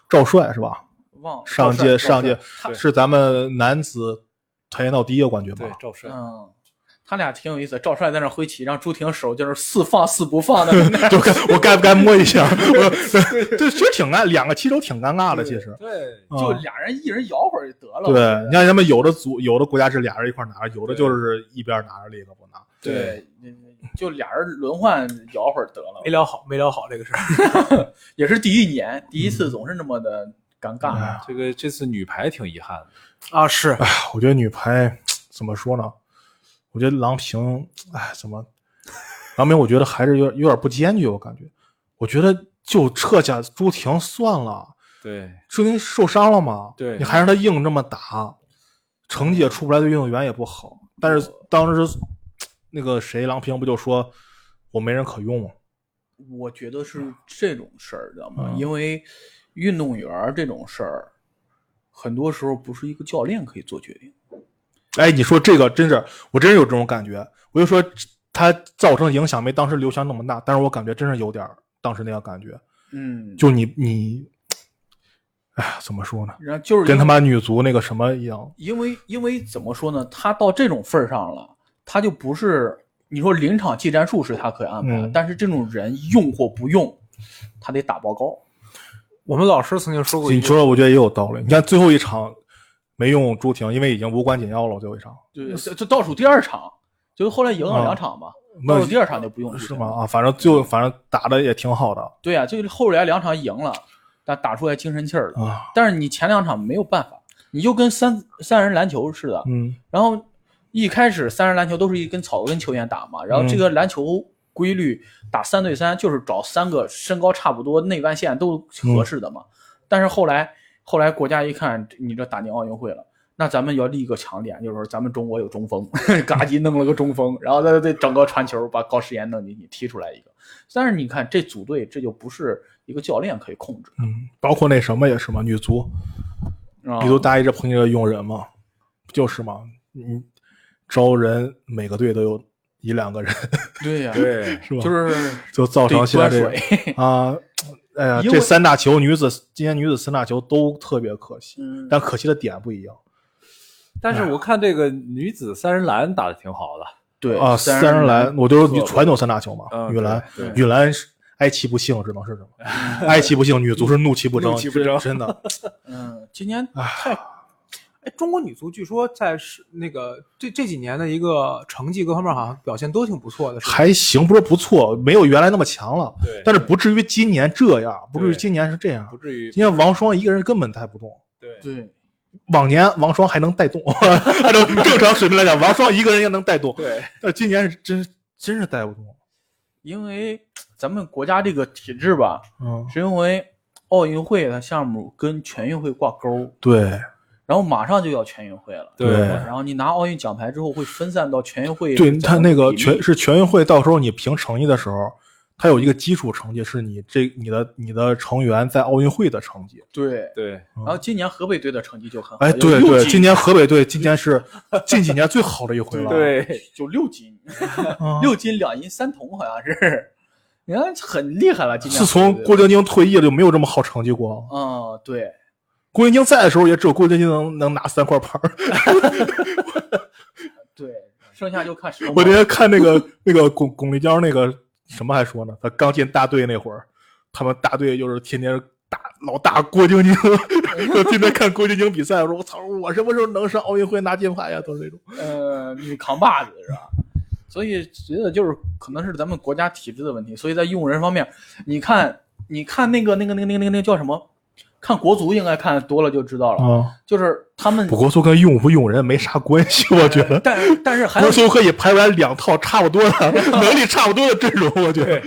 Speaker 2: 赵帅是吧？
Speaker 1: 忘了
Speaker 2: 上
Speaker 3: 赵帅
Speaker 2: 届上届
Speaker 1: 他
Speaker 2: 是咱们男子跆拳道第一个冠军吧
Speaker 3: 对？ 赵帅，
Speaker 1: 嗯，他俩挺有意思，赵帅在那挥旗，让朱婷手就是似放似不放 的那
Speaker 2: 就该我该不该摸一下？我 这其实挺尴，两个棋手挺尴尬的，其实。
Speaker 3: 对，
Speaker 2: 啊
Speaker 1: 就俩人一人摇会儿就得了。我觉
Speaker 2: 对，
Speaker 1: 得
Speaker 2: 你看他们有的组有的国家是俩人一块拿，有的就是一边拿着另一个不拿。
Speaker 1: 对，嗯就俩人轮换摇会儿得了
Speaker 4: 没。
Speaker 2: 哎
Speaker 4: 聊好，没聊好这个事儿。
Speaker 1: 也是第一年，第一
Speaker 2: 嗯
Speaker 1: 次总是那么的尴尬。
Speaker 2: 哎
Speaker 3: 这个这次女排挺遗憾的，
Speaker 4: 啊，是
Speaker 2: 哎，我觉得女排怎么说呢？我觉得郎平，哎，怎么？郎平，我觉得还是有点有点不坚决，我感觉。我觉得就撤下朱婷算了。
Speaker 3: 对
Speaker 2: 说明受伤了嘛，
Speaker 3: 对
Speaker 2: 你还让他硬这么打，成绩也出不来，对运动员也不好。但是当时那个谁郎平不就说，我没人可用，
Speaker 1: 我觉得是这种事儿，知道吗？
Speaker 2: 嗯
Speaker 1: 因为运动员儿这种事儿，很多时候不是一个教练可以做决定。
Speaker 2: 哎，你说这个真是，我真是有这种感觉。我就说他造成的影响没当时刘翔那么大，但是我感觉真是有点儿当时那个感觉，
Speaker 1: 嗯，
Speaker 2: 就你你，哎呀，怎么说呢？
Speaker 1: 然后就是
Speaker 2: 跟他
Speaker 1: 因
Speaker 2: 妈女足那个什么一样，
Speaker 1: 因为因为怎么说呢？他到这种份儿上了，他就不是你说临场技战术是他可以安排的，
Speaker 2: 嗯
Speaker 1: 但是这种人用或不用，他得打报告。
Speaker 4: 我们老师曾经说过一
Speaker 2: 你
Speaker 4: 句，
Speaker 2: 说的我觉得也有道理。你看最后一场没用朱婷，因为已经无关紧要了，最后一场。
Speaker 1: 对，这这倒数第二场，就是后来赢了
Speaker 2: 嗯
Speaker 1: 两场嘛，
Speaker 2: 那
Speaker 1: 倒数第二场就不用
Speaker 2: 是
Speaker 1: 朱
Speaker 2: 吗？
Speaker 1: 婷了？
Speaker 2: 啊，反正就反正打的也挺好的
Speaker 1: 对啊，就是后来两场赢了，但打出来精神气儿了。
Speaker 2: 啊，
Speaker 1: 但是你前两场没有办法，你就跟三三人篮球似的，
Speaker 2: 嗯，
Speaker 1: 然后一开始三人篮球都是一根草根球员打嘛，然后这个
Speaker 2: 嗯
Speaker 1: 篮球规律打三对三就是找三个身高差不多、内外线都合适的嘛。
Speaker 2: 嗯
Speaker 1: 但是后来后来国家一看你这打进奥运会了。那咱们要立一个强点，就是说咱们中国有中锋， 嘎叽弄了个中锋，然后再再整个传球把高诗岩弄进去踢出来一个。但是你看这组队，这就不是一个教练可以控制。
Speaker 2: 嗯，包括那什么也是嘛，女足，
Speaker 1: 啊
Speaker 2: 女足大家一直抨击着用人嘛，不就是嘛，你招人每个队都有一两个人，
Speaker 1: 对呀、
Speaker 3: 对，
Speaker 2: 是吧？
Speaker 1: 就是
Speaker 2: 就造成
Speaker 1: 得
Speaker 2: 现在
Speaker 1: 端
Speaker 2: 这
Speaker 1: 水
Speaker 2: 个。 啊，哎呀，
Speaker 1: 因
Speaker 2: 这
Speaker 1: 为
Speaker 2: 三大球女子今年女子三大球都特别可惜，
Speaker 1: 嗯，
Speaker 2: 但可惜的点不一样
Speaker 3: 但是我看这个女子三人篮打的挺好的，
Speaker 1: 对
Speaker 2: 啊。三人篮，我就是女传统三大球嘛，
Speaker 3: 嗯
Speaker 2: 女篮，
Speaker 3: 对对
Speaker 2: 女篮是哀其不幸，只能 是什么？哀其不幸，女足是怒其不争，
Speaker 3: 怒其不争
Speaker 2: 真真的。
Speaker 1: 嗯，今年
Speaker 4: 哎，中国女足据说在是那个这这几年的一个成绩各方面好像表现都挺不错的，是吧
Speaker 2: 还行，不是不错，没有原来那么强了，
Speaker 3: 对
Speaker 2: 但是不至于今年这样，不至于
Speaker 3: 对
Speaker 2: 今年是这样
Speaker 3: 不。至于
Speaker 2: 今天王霜一个人根本带不动，
Speaker 3: 对
Speaker 1: 对
Speaker 2: 往年王霜还能带动， 按照正常水平来讲，王霜一个人也能带动，
Speaker 3: 对
Speaker 2: 但今年是真真是带不动。
Speaker 1: 因为咱们国家这个体制吧，
Speaker 2: 嗯，
Speaker 1: 是因为奥运会的项目跟全运会挂钩，
Speaker 2: 对，
Speaker 1: 然后马上就要全运会了。
Speaker 2: 对
Speaker 1: 然后你拿奥运奖牌之后，会分散到全运会。
Speaker 2: 对他那个全是全运会，到时候你评成绩的时候，他有一个基础成绩，是你这你的你的成员在奥运会的成绩。
Speaker 1: 对，
Speaker 3: 对
Speaker 1: 然后今年河北队的成绩就很好，
Speaker 2: 哦哎，
Speaker 1: 有
Speaker 2: 对
Speaker 1: 六
Speaker 2: 对，
Speaker 1: 级
Speaker 2: 今年河北队今年是近几年最好的一回了。
Speaker 3: 对，
Speaker 1: 就六金，
Speaker 2: 嗯，
Speaker 1: 六金两银三铜好像是，你看很厉害了。今年
Speaker 2: 自从
Speaker 1: 河
Speaker 2: 郭
Speaker 1: 北队
Speaker 2: 晶晶退役了，就没有这么好成绩过。
Speaker 1: 嗯对，
Speaker 2: 郭晶晶在的时候，也只有郭晶晶能能拿三块牌儿。
Speaker 1: 对，剩下就看谁能
Speaker 2: 我
Speaker 1: 拿
Speaker 2: 那天看那个那个巩巩立姣那个什么还说呢，他刚进大队那会儿，他们大队就是天天打老大郭晶 晶，就天天看郭晶晶比赛，我说我操，我什么时候能上奥运会拿金牌呀？都是这种。
Speaker 1: 呃，女扛把子是吧？所以觉得就是可能是咱们国家体制的问题，所以在用人方面，你看，你看那个那个那个那个那个那个叫什么？看国足应该看多了就知道了，
Speaker 2: 啊，
Speaker 1: 就是他们
Speaker 2: 不，过说跟用不用人没啥关系，我觉得。
Speaker 1: 但是但是 还有
Speaker 2: 国，足可以排出来两套差不多的 能力差不多的阵容，我觉得。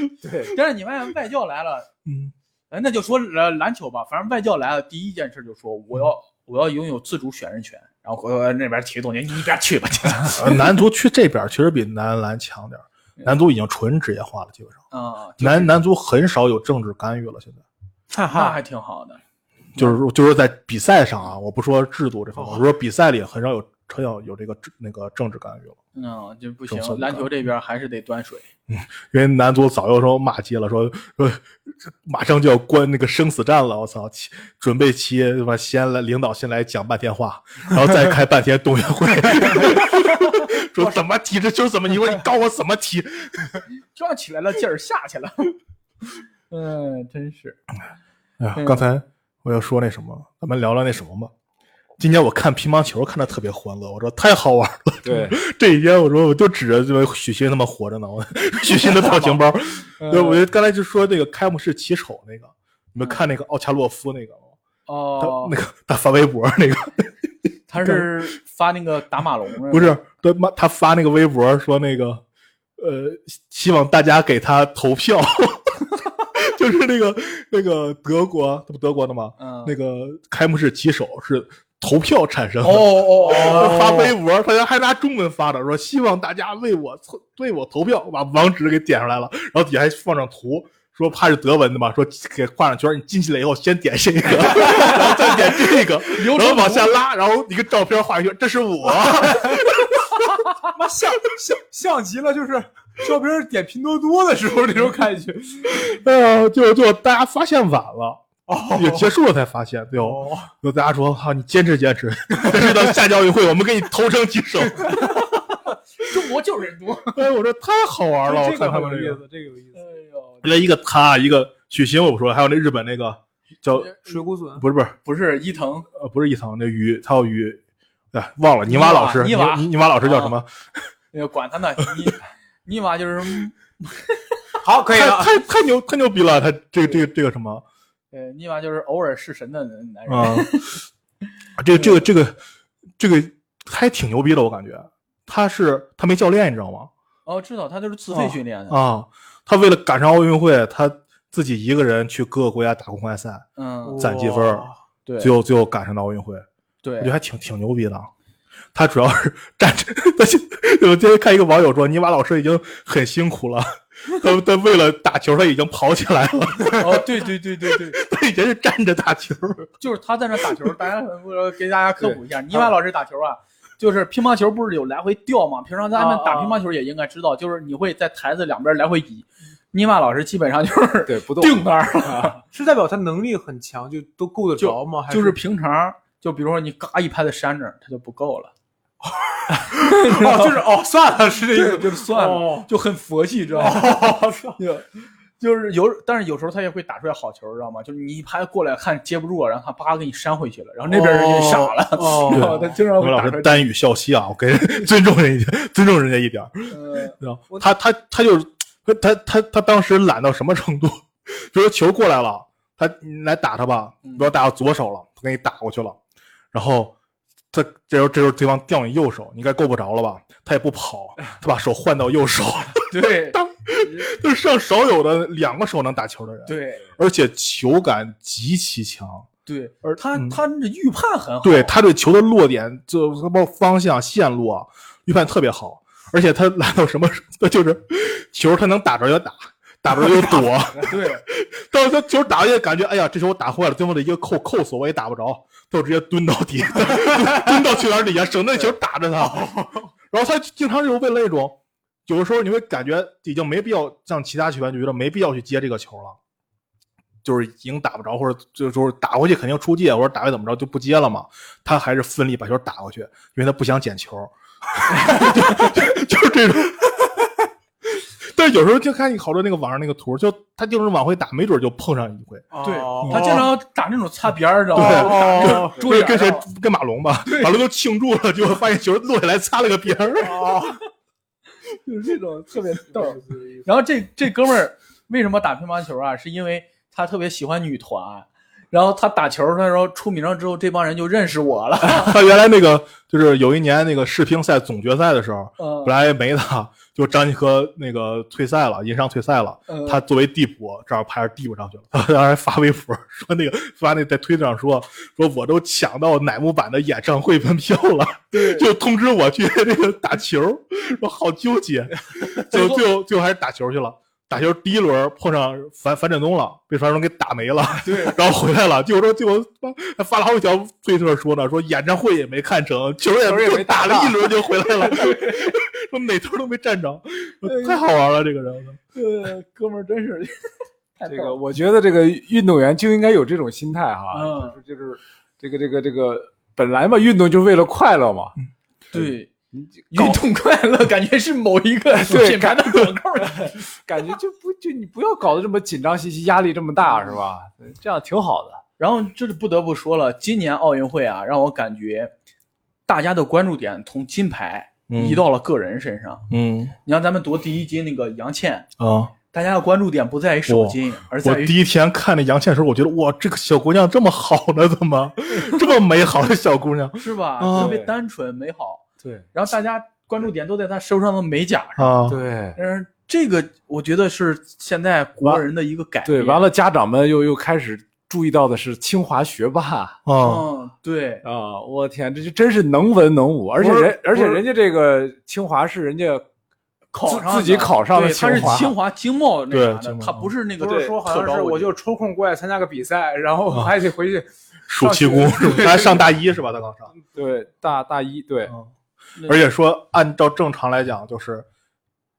Speaker 1: 但是你外外教来了，
Speaker 2: 嗯，
Speaker 1: 哎，那就说呃篮球吧，反正外教来了，第一件事就说我要我要拥有自主选人权，然后国呃那边体育总监你一边去吧，
Speaker 2: 呃男足去这边儿确实比男篮强点儿，男足已经纯职业化了，基本上
Speaker 1: 啊，就
Speaker 2: 男男足很少有政治干预了。现在
Speaker 4: 哈
Speaker 1: 那
Speaker 4: 哈，
Speaker 1: 还挺好的。
Speaker 2: 就是说就是在比赛上啊，我不说制度这方面，我说比赛里很少有很少有这个政那个政治干预了。
Speaker 1: 嗯，这不
Speaker 2: 政策
Speaker 1: 行，
Speaker 2: 不
Speaker 1: 篮
Speaker 2: 干
Speaker 1: 球这边还是得端水。
Speaker 2: 因为男足早有时候骂街了，说说这马上就要关那个生死战了，我操，起准备起什么先来领导先来讲半天话，然后再开半天动员会， 说怎么踢这球怎么你说你告诉我怎么踢，
Speaker 1: 抓起来了，劲儿下去了。 嗯，真是
Speaker 2: 哎呀，刚才我要说那什么，咱们聊聊那什么吧。今天我看乒乓球看的特别欢乐，我说太好玩了。
Speaker 3: 对，
Speaker 2: 这几天我说我就指着这许昕他妈活着呢，我 许昕的表情包。
Speaker 1: 嗯
Speaker 2: 对，我就刚才就说那个开幕式起手那个，你们看那个奥恰洛夫那个吗？他
Speaker 1: 哦
Speaker 2: 那，个他发微博那个
Speaker 1: 他是发那个打马龙是吗
Speaker 2: 不是对妈他发那个微博说那个呃希望大家给他投票， 就是那个那个德国这不德国的吗？
Speaker 1: 嗯
Speaker 2: 那个开幕式起手是投票产生
Speaker 1: 哦
Speaker 2: 的。
Speaker 1: 哦哦，
Speaker 2: 发微博，他还拿中文发的，说希望大家为我投为我投票，把网址给点上来了，然后底下还放上图，说怕是德文的嘛，说给画上圈，你进去了以后先点这个， 然后再点这 个，然后往下拉，然后一个照片画一圈，这是 我，
Speaker 4: 妈像像像极了，就是照别人点拼多多的时候那种感觉。
Speaker 2: 哎呀，就就大家发现晚了。也结束了才发现，对哦，
Speaker 4: 哦，
Speaker 2: 就大家说哈、你坚持坚持，但是到下届奥运会，我们给你投成几手。
Speaker 1: 中国就是人多。
Speaker 2: 哎，我说太好玩 了，我
Speaker 4: 这个
Speaker 2: 看他
Speaker 4: 很
Speaker 2: 们这
Speaker 4: 有意
Speaker 2: 个，
Speaker 4: 思，这个有意 思。
Speaker 1: 哎呦，
Speaker 2: 那一个他，一个许昕，我不说，还有那日本那个叫
Speaker 4: 水谷隼，
Speaker 2: 不是不是
Speaker 1: 不是伊藤，
Speaker 2: 呃不是一层那鱼，他有鱼，哎忘了泥娃老师，
Speaker 1: 泥
Speaker 2: 泥
Speaker 1: 娃
Speaker 2: 泥泥娃老师叫什么？
Speaker 1: 那个管他呢，你 你妈就是，嗯
Speaker 4: 好，可以
Speaker 2: 太
Speaker 3: 啊
Speaker 4: 了。
Speaker 2: 太太牛太牛逼了，他这个这个这个什么
Speaker 1: 呃，你妈就是偶尔是神的男人。
Speaker 2: 啊？这个这个这个这个还挺牛逼的，我感觉他是他没教练，你知道吗？
Speaker 1: 哦，知道他就是自费训练的。
Speaker 2: 啊，他为了赶上奥运会，他自己一个人去各个国家打公开赛，
Speaker 1: 嗯，
Speaker 2: 攒积分儿
Speaker 4: 哇
Speaker 1: 对
Speaker 2: 最后最后赶上了奥运会。 我觉得
Speaker 1: 对，
Speaker 2: 还挺挺牛逼的。啊他主要是 站着，他现我今天看一个网友说，泥瓦老师已经很辛苦了，他他为了打球，他已经跑起来了，
Speaker 1: 哦，对对对对对，
Speaker 2: 他以前是站着打 球。
Speaker 1: 就是他在那打球，大家我给大家科普一下，尼玛老师打球啊，就是乒乓球不是有来回吊吗？平常咱们打乒乓球也应该知道，就是你会在台子两边来回移。尼玛老师基本上就是
Speaker 3: 对，不动。
Speaker 1: 定那儿了，
Speaker 4: 是代表他能力很强，就都够得着吗？还
Speaker 1: 就是是平常，就比如说你嘎一拍在山那儿，他就不够了，
Speaker 4: 哦，就是哦，算了，是这意思。
Speaker 1: 就算
Speaker 2: 哦
Speaker 1: 了，就很佛系，知道吗？
Speaker 4: 哦，操
Speaker 1: 就就是有，但是有时候他也会打出来好球，知道吗？就是你一拍过来看接不住啊，然后他叭给你扇回去了，然后那边人就傻了。
Speaker 4: 哦
Speaker 1: 然后他经常
Speaker 2: 我
Speaker 1: 会
Speaker 2: 们
Speaker 1: 打
Speaker 2: 老
Speaker 1: 出
Speaker 2: 师
Speaker 1: 来，
Speaker 2: 单语笑嘻啊，我给 尊重人家，尊重人家一点儿。
Speaker 1: 呃
Speaker 2: 知道他他他就是他他他当时懒到什么程度？ 比如说球过来了，他你来打他吧，
Speaker 1: 嗯
Speaker 2: 不要打到左手了，他给你打过去了，然后他这时候这时候对方调你右手，你应该够不着了吧？他也不跑，他把手换到右手，
Speaker 1: 对
Speaker 2: 就是世上少有的两个手能打球的人，
Speaker 1: 对
Speaker 2: 而且球感极其强，
Speaker 1: 对，而他
Speaker 2: 嗯
Speaker 1: 他这预判很好，
Speaker 2: 对他对球的落点，就包括方向、线路啊，预判特别好。而且他 来到什么，他就是球他能打着就打，打不着就躲。
Speaker 1: 对
Speaker 2: 但是他球打下去感觉，哎呀，这球我打坏了，最后的一个扣扣死我也打不着，他就直接蹲到底， 蹲到球员底下，省得那球打着他。然后他经常就是为了那种，有的时候你会感觉已经没必要像其他球员就觉得没必要去接这个球了，就是已经打不着，或者就就是打过去肯定出界，或者打回怎么着就不接了嘛。他还是奋力把球打过去，因为他不想捡球， 就就就是这种。但是有时候就看你好多那个网上那个图，就他就是往回打，没准就碰上一回。
Speaker 3: 哦
Speaker 1: 对，他经常打那种擦边儿，知道
Speaker 2: 哦对
Speaker 1: 吗？
Speaker 4: 哦
Speaker 1: 注
Speaker 2: 不
Speaker 1: 意
Speaker 2: 是
Speaker 1: 点
Speaker 2: 跟谁
Speaker 1: 儿啊
Speaker 2: 跟马龙吧，马龙都庆祝了，结果发现球落下来擦了个边儿。
Speaker 4: 哦，
Speaker 1: 就是这种特别逗儿。然后这这哥们儿为什么打乒乓球啊？是因为他特别喜欢女团，然后他打球，他说出名了之后，这帮人就认识我 了。
Speaker 2: 他原来那个就是有一年那个世乒赛总决赛的时候，
Speaker 1: 嗯
Speaker 2: 本来没他，就张继科那个退赛了，因伤退赛了，
Speaker 1: 嗯
Speaker 2: 他作为替补正好派人替补上去了。 他当时发微博 说那个发那在推特上说说我都抢到乃木坂的演唱会门票了， 就通知我去那个打球，说好纠 结，最后最后最后还是打球去了。打球第一轮碰上樊樊振东了，被樊振东给打没了，对， 然后回来了，就说就还发了好几条推特说呢，说演唱会也没看成，球
Speaker 3: 球
Speaker 2: 也
Speaker 3: 也
Speaker 2: 就
Speaker 3: 没
Speaker 2: 打
Speaker 3: 打
Speaker 2: 了
Speaker 3: 到
Speaker 2: 一轮就回来了， 说哪头都没站着，
Speaker 3: 哎
Speaker 2: 太好玩了这个人，
Speaker 1: 呃，哥们儿真是太
Speaker 3: 这
Speaker 1: 逗
Speaker 3: 个
Speaker 1: 了
Speaker 3: 我觉得这个运动员就应该有这种心态哈，
Speaker 1: 嗯
Speaker 3: 就是就是这个这个这个本来嘛，运动就是为了快乐嘛，
Speaker 1: 嗯对。运动快乐感觉是某一个
Speaker 3: 对
Speaker 1: 品牌的广告，
Speaker 3: 感觉就不就你不要搞得这么紧张兮兮，压力这么大是吧？
Speaker 1: 嗯
Speaker 3: 这样挺好的。
Speaker 1: 然后这就不得不说了，今年奥运会啊，让我感觉大家的关注点从金牌
Speaker 2: 嗯
Speaker 1: 移到了个人身上。
Speaker 2: 嗯
Speaker 1: 你像咱们夺第一金那个杨倩，
Speaker 2: 啊，
Speaker 1: 大家的关注点不在于首金，而
Speaker 2: 我
Speaker 1: 在于
Speaker 2: 第一天看那杨倩的时候，我觉得哇，这个小姑娘这么好呢，怎么这么美好的小姑娘
Speaker 1: 是吧？
Speaker 2: 啊
Speaker 1: 特别单纯美好。
Speaker 3: 对
Speaker 1: 然后大家关注点都在她身上的美甲上，
Speaker 2: 啊？
Speaker 3: 对
Speaker 1: 但是这个我觉得是现在国人的一个改变。嗯
Speaker 3: 对，完了，家长们又又开始注意到的是清华 学霸。
Speaker 2: 啊，
Speaker 1: 嗯，对，
Speaker 3: 啊、我天，这就真是能文能武，而且
Speaker 1: 不是
Speaker 3: 人，而且
Speaker 1: 不是
Speaker 3: 人家这个清华是人家
Speaker 1: 考上的
Speaker 3: 自己考上的
Speaker 1: 对
Speaker 3: 清
Speaker 1: 他
Speaker 3: 华
Speaker 1: 是清 华经贸那
Speaker 2: 对
Speaker 1: 啥的
Speaker 2: 经，贸
Speaker 1: 他不是那个
Speaker 4: 不是说好
Speaker 1: 特
Speaker 4: 像
Speaker 1: 招
Speaker 4: 是我
Speaker 1: 文
Speaker 4: 就抽空过来参加个比赛，然
Speaker 2: 啊
Speaker 4: 后还得回去。
Speaker 2: 暑期工是吧？她上大一是吧？她刚上，
Speaker 3: 对大大一对，
Speaker 2: 嗯
Speaker 1: 那
Speaker 2: 而且说按照正常来讲，就是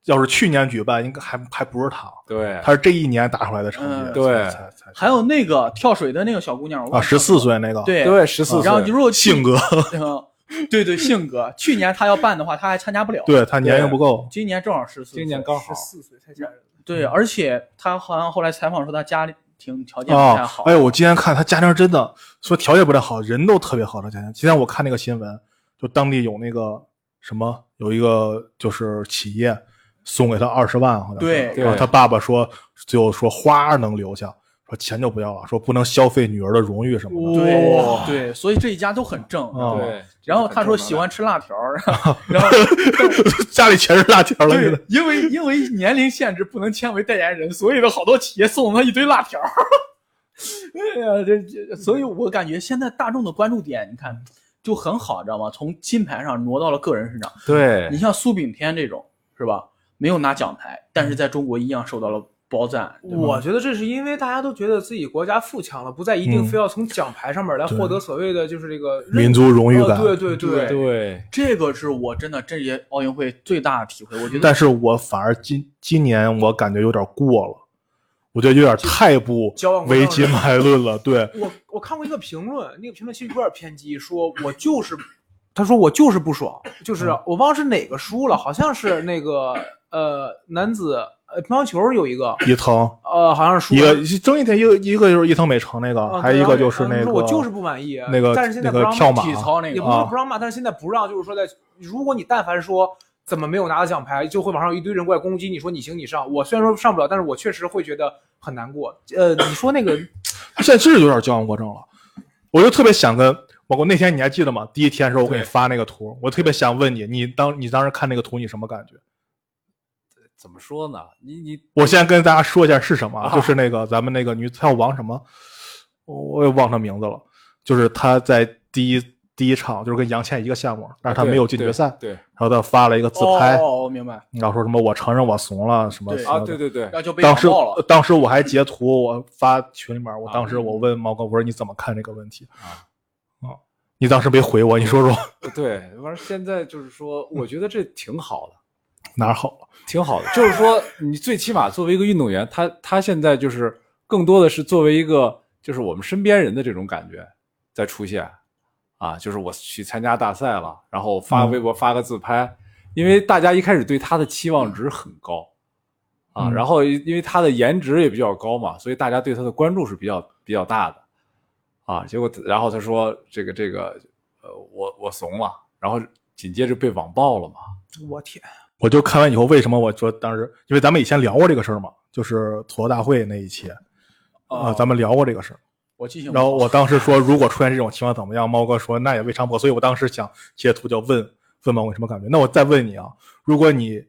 Speaker 2: 要是去年举办，应该还还不是她，啊
Speaker 3: 对，
Speaker 2: 她是这一年打出来的成绩，
Speaker 1: 嗯
Speaker 3: 对
Speaker 2: 才才才
Speaker 1: 还有那个跳水的那个小姑娘
Speaker 2: 啊，十四，岁那
Speaker 1: 我忘
Speaker 2: 个
Speaker 1: 了对
Speaker 3: 对，十四
Speaker 1: 然后
Speaker 3: 岁，
Speaker 1: 如果去
Speaker 2: 性，格，
Speaker 1: 嗯对对，性格。去年她要办的话，她还参加不了。，
Speaker 2: 对她年龄不够，
Speaker 1: 今年正好十四，
Speaker 3: 今年刚好
Speaker 2: 啊
Speaker 4: 十四岁太吓人了。
Speaker 1: 对，
Speaker 2: 嗯
Speaker 1: 而且她好像后来采访说她家庭条件不太
Speaker 2: 啊
Speaker 1: 好。，
Speaker 2: 哎，我今天看他家庭真的说条件不太好，人都特别好。他家庭，今天我看那个新闻，就当地有那个什么，有一个就是企业送给他二十万，好像是
Speaker 1: 对
Speaker 2: 然后
Speaker 3: 对
Speaker 2: 他爸爸说，最后说花能留下，说钱就不要了，说不能消费女儿的荣誉什么的。
Speaker 1: 对
Speaker 3: 哇
Speaker 1: 对，所以这一家都很正。
Speaker 2: 啊
Speaker 3: 对，
Speaker 1: 哦然后她说喜欢吃辣条 儿，然后
Speaker 2: 家里全是辣条了，现在
Speaker 1: 对，因为因为年龄限制不能签为代言人，所以呢，好多企业送了他一堆辣条。 哎呀，这这，所以我感觉现在大众的关注点，你看就很好，知道吗？从金牌上挪到了个人身上。
Speaker 3: 对
Speaker 1: 你像苏炳添这种，是吧？没有拿奖牌，但是在中国一样受到了褒赞。对吧
Speaker 4: 我觉得这是因为大家都觉得自己国家富强了，不再一定
Speaker 2: 嗯
Speaker 4: 非要从奖牌上面来获得所谓的就是这个认
Speaker 2: 民族荣誉感
Speaker 4: 呃。对对
Speaker 1: 对
Speaker 3: 对，
Speaker 1: 这个是我真的这届奥运会最大的体会。我觉得
Speaker 2: 但是我反而今今年我感觉有点过了，我觉得有点太不
Speaker 4: 矫枉过正
Speaker 2: 为
Speaker 4: 了
Speaker 2: 金牌论了。对，
Speaker 4: 我我看过一个评论，那个评论其实有点偏激，说我就是，他说我就是不爽，就是
Speaker 2: 嗯
Speaker 4: 我忘了是哪个输了，好像是那个呃男子呃乒乓球有一个
Speaker 2: 伊藤。
Speaker 4: 呃好像是输
Speaker 2: 一
Speaker 4: 了
Speaker 2: 个争议点，一个一个就是伊藤美诚那个，
Speaker 4: 啊
Speaker 2: 还有一个就是
Speaker 4: 对
Speaker 2: 那
Speaker 4: 然
Speaker 2: 个
Speaker 4: 后他说我就是不满意，
Speaker 2: 那个
Speaker 4: 但是现在
Speaker 2: 那
Speaker 4: 不
Speaker 2: 个
Speaker 4: 让
Speaker 2: 跳马
Speaker 1: 体操那
Speaker 4: 也
Speaker 1: 个
Speaker 4: 不是
Speaker 2: 啊
Speaker 4: 不让骂，但是现在不让，就是说在如果你但凡说怎么没有拿到奖牌，就会网上有一堆人过来攻击你说你行你上。我虽然说上不了，但是我确实会觉得很难过。呃，你说那个
Speaker 2: 他现在真是有点矫枉过正了。我就特别想跟包括那天你还记得吗？第一天的时候我给你发那个图，我特别想问你，你当你当时看那个图你什么感觉？
Speaker 3: 怎么说呢？你你
Speaker 2: 我先跟大家说一下是什么，啊、
Speaker 3: 啊
Speaker 2: 就是那个咱们那个女她叫王什么，我我也忘她名字了，就是她在第一第一场就是跟杨倩一个项目，但是她没有进决赛，
Speaker 3: 对
Speaker 2: 然后她发了一个自拍，
Speaker 1: 哦，我明白。
Speaker 2: 然后说什么我承认我怂了什么
Speaker 1: 对
Speaker 2: 什么
Speaker 3: 啊，
Speaker 2: 的
Speaker 3: 对对对
Speaker 1: 然，后就被
Speaker 2: 当时
Speaker 1: 网暴了。啊
Speaker 2: 当时我还截图，我发群里面，我当时我问毛哥，我说你怎么看这个问题？
Speaker 3: 啊
Speaker 2: 啊，你当时没回我，你说 说
Speaker 3: 对，完了现在就是说，我觉得这挺好的，
Speaker 2: 哪儿好了？
Speaker 3: 挺好的，就是说你最起码作为一个运动员，他他现在就是更多的是作为一个就是我们身边人的这种感觉在出现，啊，就是我去参加大赛了，然后发
Speaker 2: 嗯
Speaker 3: 微博发个自拍，因为大家一开始对他的期望值很高，啊，
Speaker 2: 嗯
Speaker 3: 然后因为他的颜值也比较高嘛，所以大家对他的关注是比较比较大的，啊，结果然后他说这个这个，呃，我我怂了，然后紧接着被网暴了嘛，
Speaker 4: 我天，
Speaker 2: 我就看完以后，为什么我说当时，因为咱们以前聊过这个事儿嘛，就是吐槽大会那一期啊、
Speaker 1: 哦
Speaker 2: 咱们聊过这个事儿。
Speaker 1: 我记性不
Speaker 2: 然
Speaker 1: 好，
Speaker 2: 后我当时说，如果出现这种情况怎么样？猫哥说那也未尝不可。所以我当时想截图就问问猫哥你什么感觉。那我再问你啊，如果你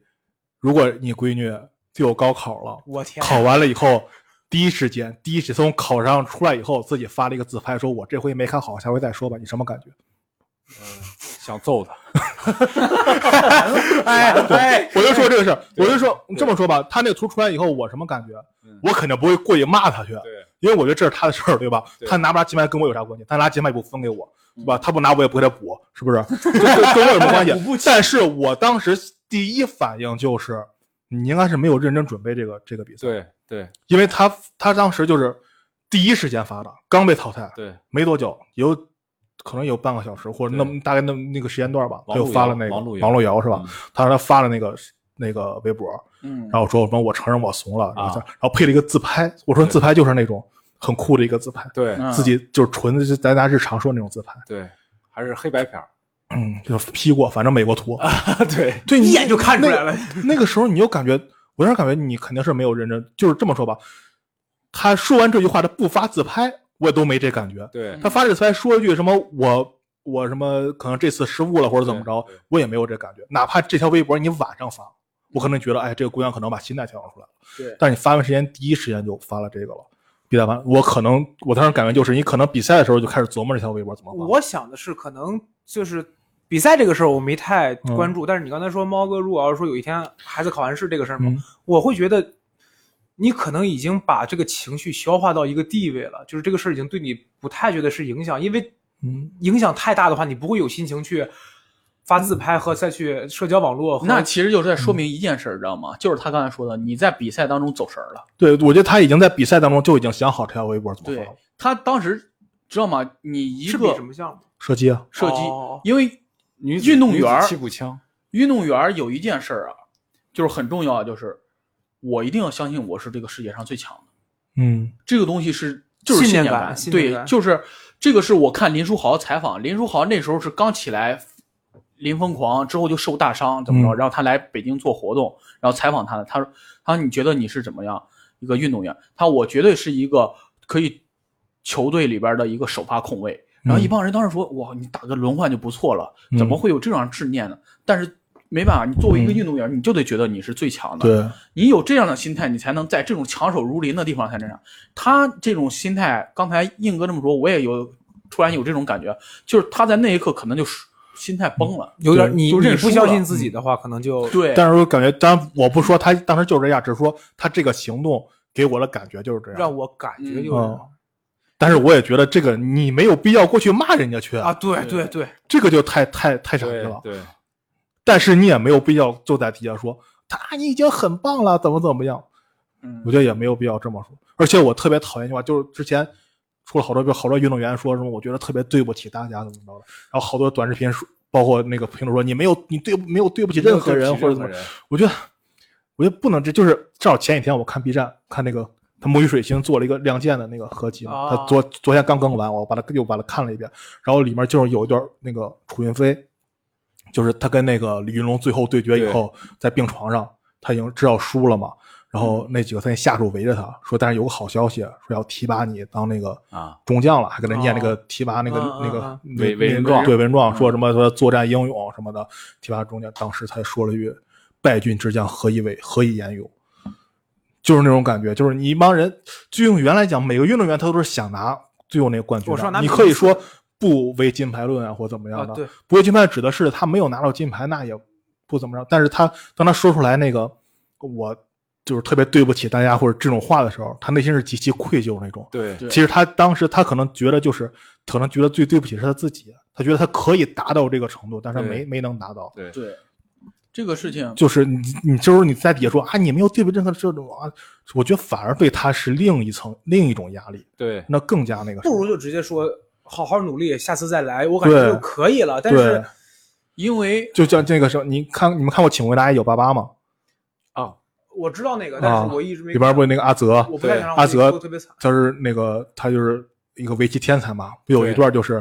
Speaker 2: 如果你闺女最后高考了，
Speaker 4: 我天，
Speaker 2: 考完了以后，第一时间第一时从考场出来以后，自己发了一个自拍，说我这回没看好，下回再说吧。你什么感觉？
Speaker 3: 想揍他，
Speaker 4: 哎哎，
Speaker 2: 我就说这个事儿，我就说这么说吧，他那个图出来以后，我什么感觉
Speaker 1: 嗯？
Speaker 2: 我肯定不会过去骂他去，
Speaker 1: 对
Speaker 2: 因为我觉得这是他的事儿，对吧？
Speaker 1: 对嗯
Speaker 2: 他拿不拿金牌跟我有啥关系？他拿金牌也不分给我，是吧？他不拿我也不给他补，是不是？这这跟我有什么关
Speaker 1: 补不
Speaker 2: 系
Speaker 1: 起？
Speaker 2: 但是我当时第一反应就是，你应该是没有认真准备这个这个比赛，
Speaker 1: 对对
Speaker 2: 因为他他当时就是第一时间发的，刚被淘汰，
Speaker 1: 对，
Speaker 2: 没多久有。可能有半个小时，或者那么大概那么那个时间段吧，他
Speaker 1: 王
Speaker 2: 就
Speaker 1: 璐
Speaker 2: 发
Speaker 1: 瑶
Speaker 2: 了那个
Speaker 1: 王璐瑶
Speaker 2: 王璐瑶是
Speaker 4: 嗯
Speaker 2: 吧？他说他发了那个那个微博，
Speaker 1: 嗯，
Speaker 2: 然后说什么我承认我怂了，然后再
Speaker 1: 啊
Speaker 2: 然后配了一个自拍，我说
Speaker 1: 对
Speaker 2: 自拍就是那种很酷的一个自拍，
Speaker 3: 对
Speaker 1: 嗯
Speaker 2: 自己就是纯的就是咱咱日常说的那种自拍，
Speaker 3: 对，还是黑白片儿，
Speaker 2: 嗯，就是批过，反正美国图，
Speaker 3: 对，
Speaker 2: 对，
Speaker 4: 啊一眼就看出来了。
Speaker 2: 那个那个时候你就感觉，我当时感觉你肯定是没有认真，就是这么说吧。他说完这句话，他不发自拍，我都没这感觉。
Speaker 3: 对
Speaker 2: 他发这自拍说一句什么我我什么可能这次失误了或者怎么着
Speaker 3: 对对，
Speaker 2: 我也没有这感觉。哪怕这条微博你晚上发，我可能觉得哎这个姑娘可能把心态调整出来了。
Speaker 1: 对
Speaker 2: 但是你发完时间第一时间就发了这个了。比赛完，我可能我当时感觉就是你可能比赛的时候就开始琢磨这条微博怎么发。
Speaker 4: 我想的是，可能就是比赛这个事儿我没太关注，但是你刚才说猫哥，如果要是说有一天孩子考完试这个事儿嘛，
Speaker 2: 嗯
Speaker 4: 我会觉得你可能已经把这个情绪消化到一个地位了，就是这个事儿已经对你不太觉得是影响，因为
Speaker 2: 嗯，
Speaker 4: 影响太大的话，你不会有心情去发自拍和再去社交网络和
Speaker 1: 那其实就是在
Speaker 2: 嗯
Speaker 1: 说明一件事儿，知道吗？就是他刚才说的，你在比赛当中走神儿了。
Speaker 2: 对，我觉得他已经在比赛当中就已经想好这条微博怎么发
Speaker 1: 对
Speaker 2: 了。
Speaker 1: 他当时知道吗？你一
Speaker 4: 是比
Speaker 1: 个
Speaker 4: 什么项目？
Speaker 2: 射击啊，
Speaker 1: 射击
Speaker 4: 哦，
Speaker 1: 因为
Speaker 3: 女
Speaker 1: 运动员儿
Speaker 3: 女子七步枪，
Speaker 1: 运动员儿有一件事儿啊，就是很重要，就是我一定要相信我是这个世界上最强的。
Speaker 2: 嗯
Speaker 1: 这个东西是就是
Speaker 4: 信念
Speaker 1: 念
Speaker 4: 感
Speaker 1: 感，
Speaker 4: 信念
Speaker 1: 对，
Speaker 4: 感
Speaker 1: 就是这个是我看林书豪采访，林书豪那时候是刚起来，林疯狂之后就受大伤，怎么着？
Speaker 2: 嗯
Speaker 1: 然后他来北京做活动，然后采访他的，他说：“他说你觉得你是怎么样一个运动员？”他说我绝对是一个可以球队里边的一个首发控卫。然
Speaker 4: 嗯
Speaker 1: 后一帮人当时说：“哇，你打个轮换就不错了，怎么
Speaker 2: 嗯
Speaker 1: 会有这样执念呢？”但是没办法，你作为一个
Speaker 2: 嗯
Speaker 1: 运动员，你就得觉得你是最强的。
Speaker 2: 对，
Speaker 1: 你有这样的心态，你才能在这种强手如林的地方才能啥。他这种心态，刚才硬哥这么说，我也有突然有这种感觉，就是他在那一刻可能就是心态崩了。
Speaker 4: 有点你
Speaker 1: 就认
Speaker 4: 你不
Speaker 1: 输
Speaker 4: 相
Speaker 1: 了
Speaker 4: 信自己的话，可能就
Speaker 1: 对，
Speaker 2: 但是我感觉，当然我不说他当时就是这样，只是说他这个行动给我的感觉就是这样。
Speaker 4: 让我感觉
Speaker 1: 嗯
Speaker 4: 有点
Speaker 2: 但是我也觉得这个你没有必要过去骂人家去
Speaker 4: 啊，，对对对，
Speaker 2: 这个就太太太傻逼
Speaker 3: 对
Speaker 2: 了。
Speaker 3: 对，
Speaker 2: 但是你也没有必要就在底下说他你已经很棒了，怎么怎么样，
Speaker 1: 嗯
Speaker 2: 我觉得也没有必要这么说。而且我特别讨厌一句话，就是之前出了好多好多运动员说什么，我觉得特别对不起大家怎么着的，然后好多短视频说，包括那个评论说你没有你对没有对不起任何人或者怎么
Speaker 3: 任何人，
Speaker 2: 我觉得，我觉得不能这就是至少前几天我看 B 站看那个他木鱼水星做了一个《亮剑》的那个合集嘛，
Speaker 4: 啊
Speaker 2: 他昨昨天刚更完，我把它又把它看了一遍，然后里面就是有一段那个楚云飞，就是他跟那个李云龙最后对决以后，在病床上他已经知道输了嘛，然后那几个他那下属围着他说，但是有个好消息，说要提拔你当那个
Speaker 1: 啊
Speaker 2: 中将了，还跟他念那个
Speaker 4: 哦
Speaker 2: 提拔那个、
Speaker 4: 嗯嗯
Speaker 2: 那个
Speaker 4: 嗯
Speaker 2: 那
Speaker 3: 委委任
Speaker 2: 那
Speaker 3: 状
Speaker 2: 对文状
Speaker 1: 嗯
Speaker 2: 说什么说作战英勇什么的，提拔中将当时才说了一句“败军之将何以为何以言勇”，就是那种感觉，就是你一帮人，就用原来讲，每个运动员他都是想拿最后那个冠军
Speaker 4: 我说拿
Speaker 2: 的，你
Speaker 4: 名
Speaker 2: 可以
Speaker 4: 次
Speaker 2: 说不为金牌论啊，或怎么样
Speaker 4: 啊
Speaker 2: 的，
Speaker 4: 对，
Speaker 2: 不过金牌指的是他没有拿到金牌，那也不怎么着。但是他当他说出来那个我就是特别对不起大家或者这种话的时候，他内心是极其愧疚那种。
Speaker 3: 对
Speaker 1: 对
Speaker 2: 其实他当时他可能觉得就是可能觉得最对不起是他自己，他觉得他可以达到这个程度，但是他没
Speaker 3: 对
Speaker 2: 没能达到。
Speaker 3: 对
Speaker 1: 对这个事情，
Speaker 2: 就是你你就是你在底下说啊，你没有对不起任何这种啊，我觉得反而对他是另一层另一种压力，
Speaker 3: 对
Speaker 2: 那更加那个什
Speaker 4: 不
Speaker 2: 么。
Speaker 4: 如就直接说好好努力，下次再来，我感觉
Speaker 2: 对
Speaker 4: 就可以了。但
Speaker 2: 对
Speaker 4: 是，
Speaker 1: 因为
Speaker 2: 就像这个时候，你看你们看过《请回答一九八八》吗？
Speaker 3: 啊，
Speaker 4: 我知道那个，
Speaker 2: 啊
Speaker 4: 但是我一直没
Speaker 2: 里边不是那个阿泽，
Speaker 4: 我不太想让
Speaker 2: 阿
Speaker 4: 自己说
Speaker 2: 泽
Speaker 4: 得特别惨。
Speaker 2: 他是那个他就是一个围棋天才嘛，不有一
Speaker 3: 对
Speaker 2: 段就是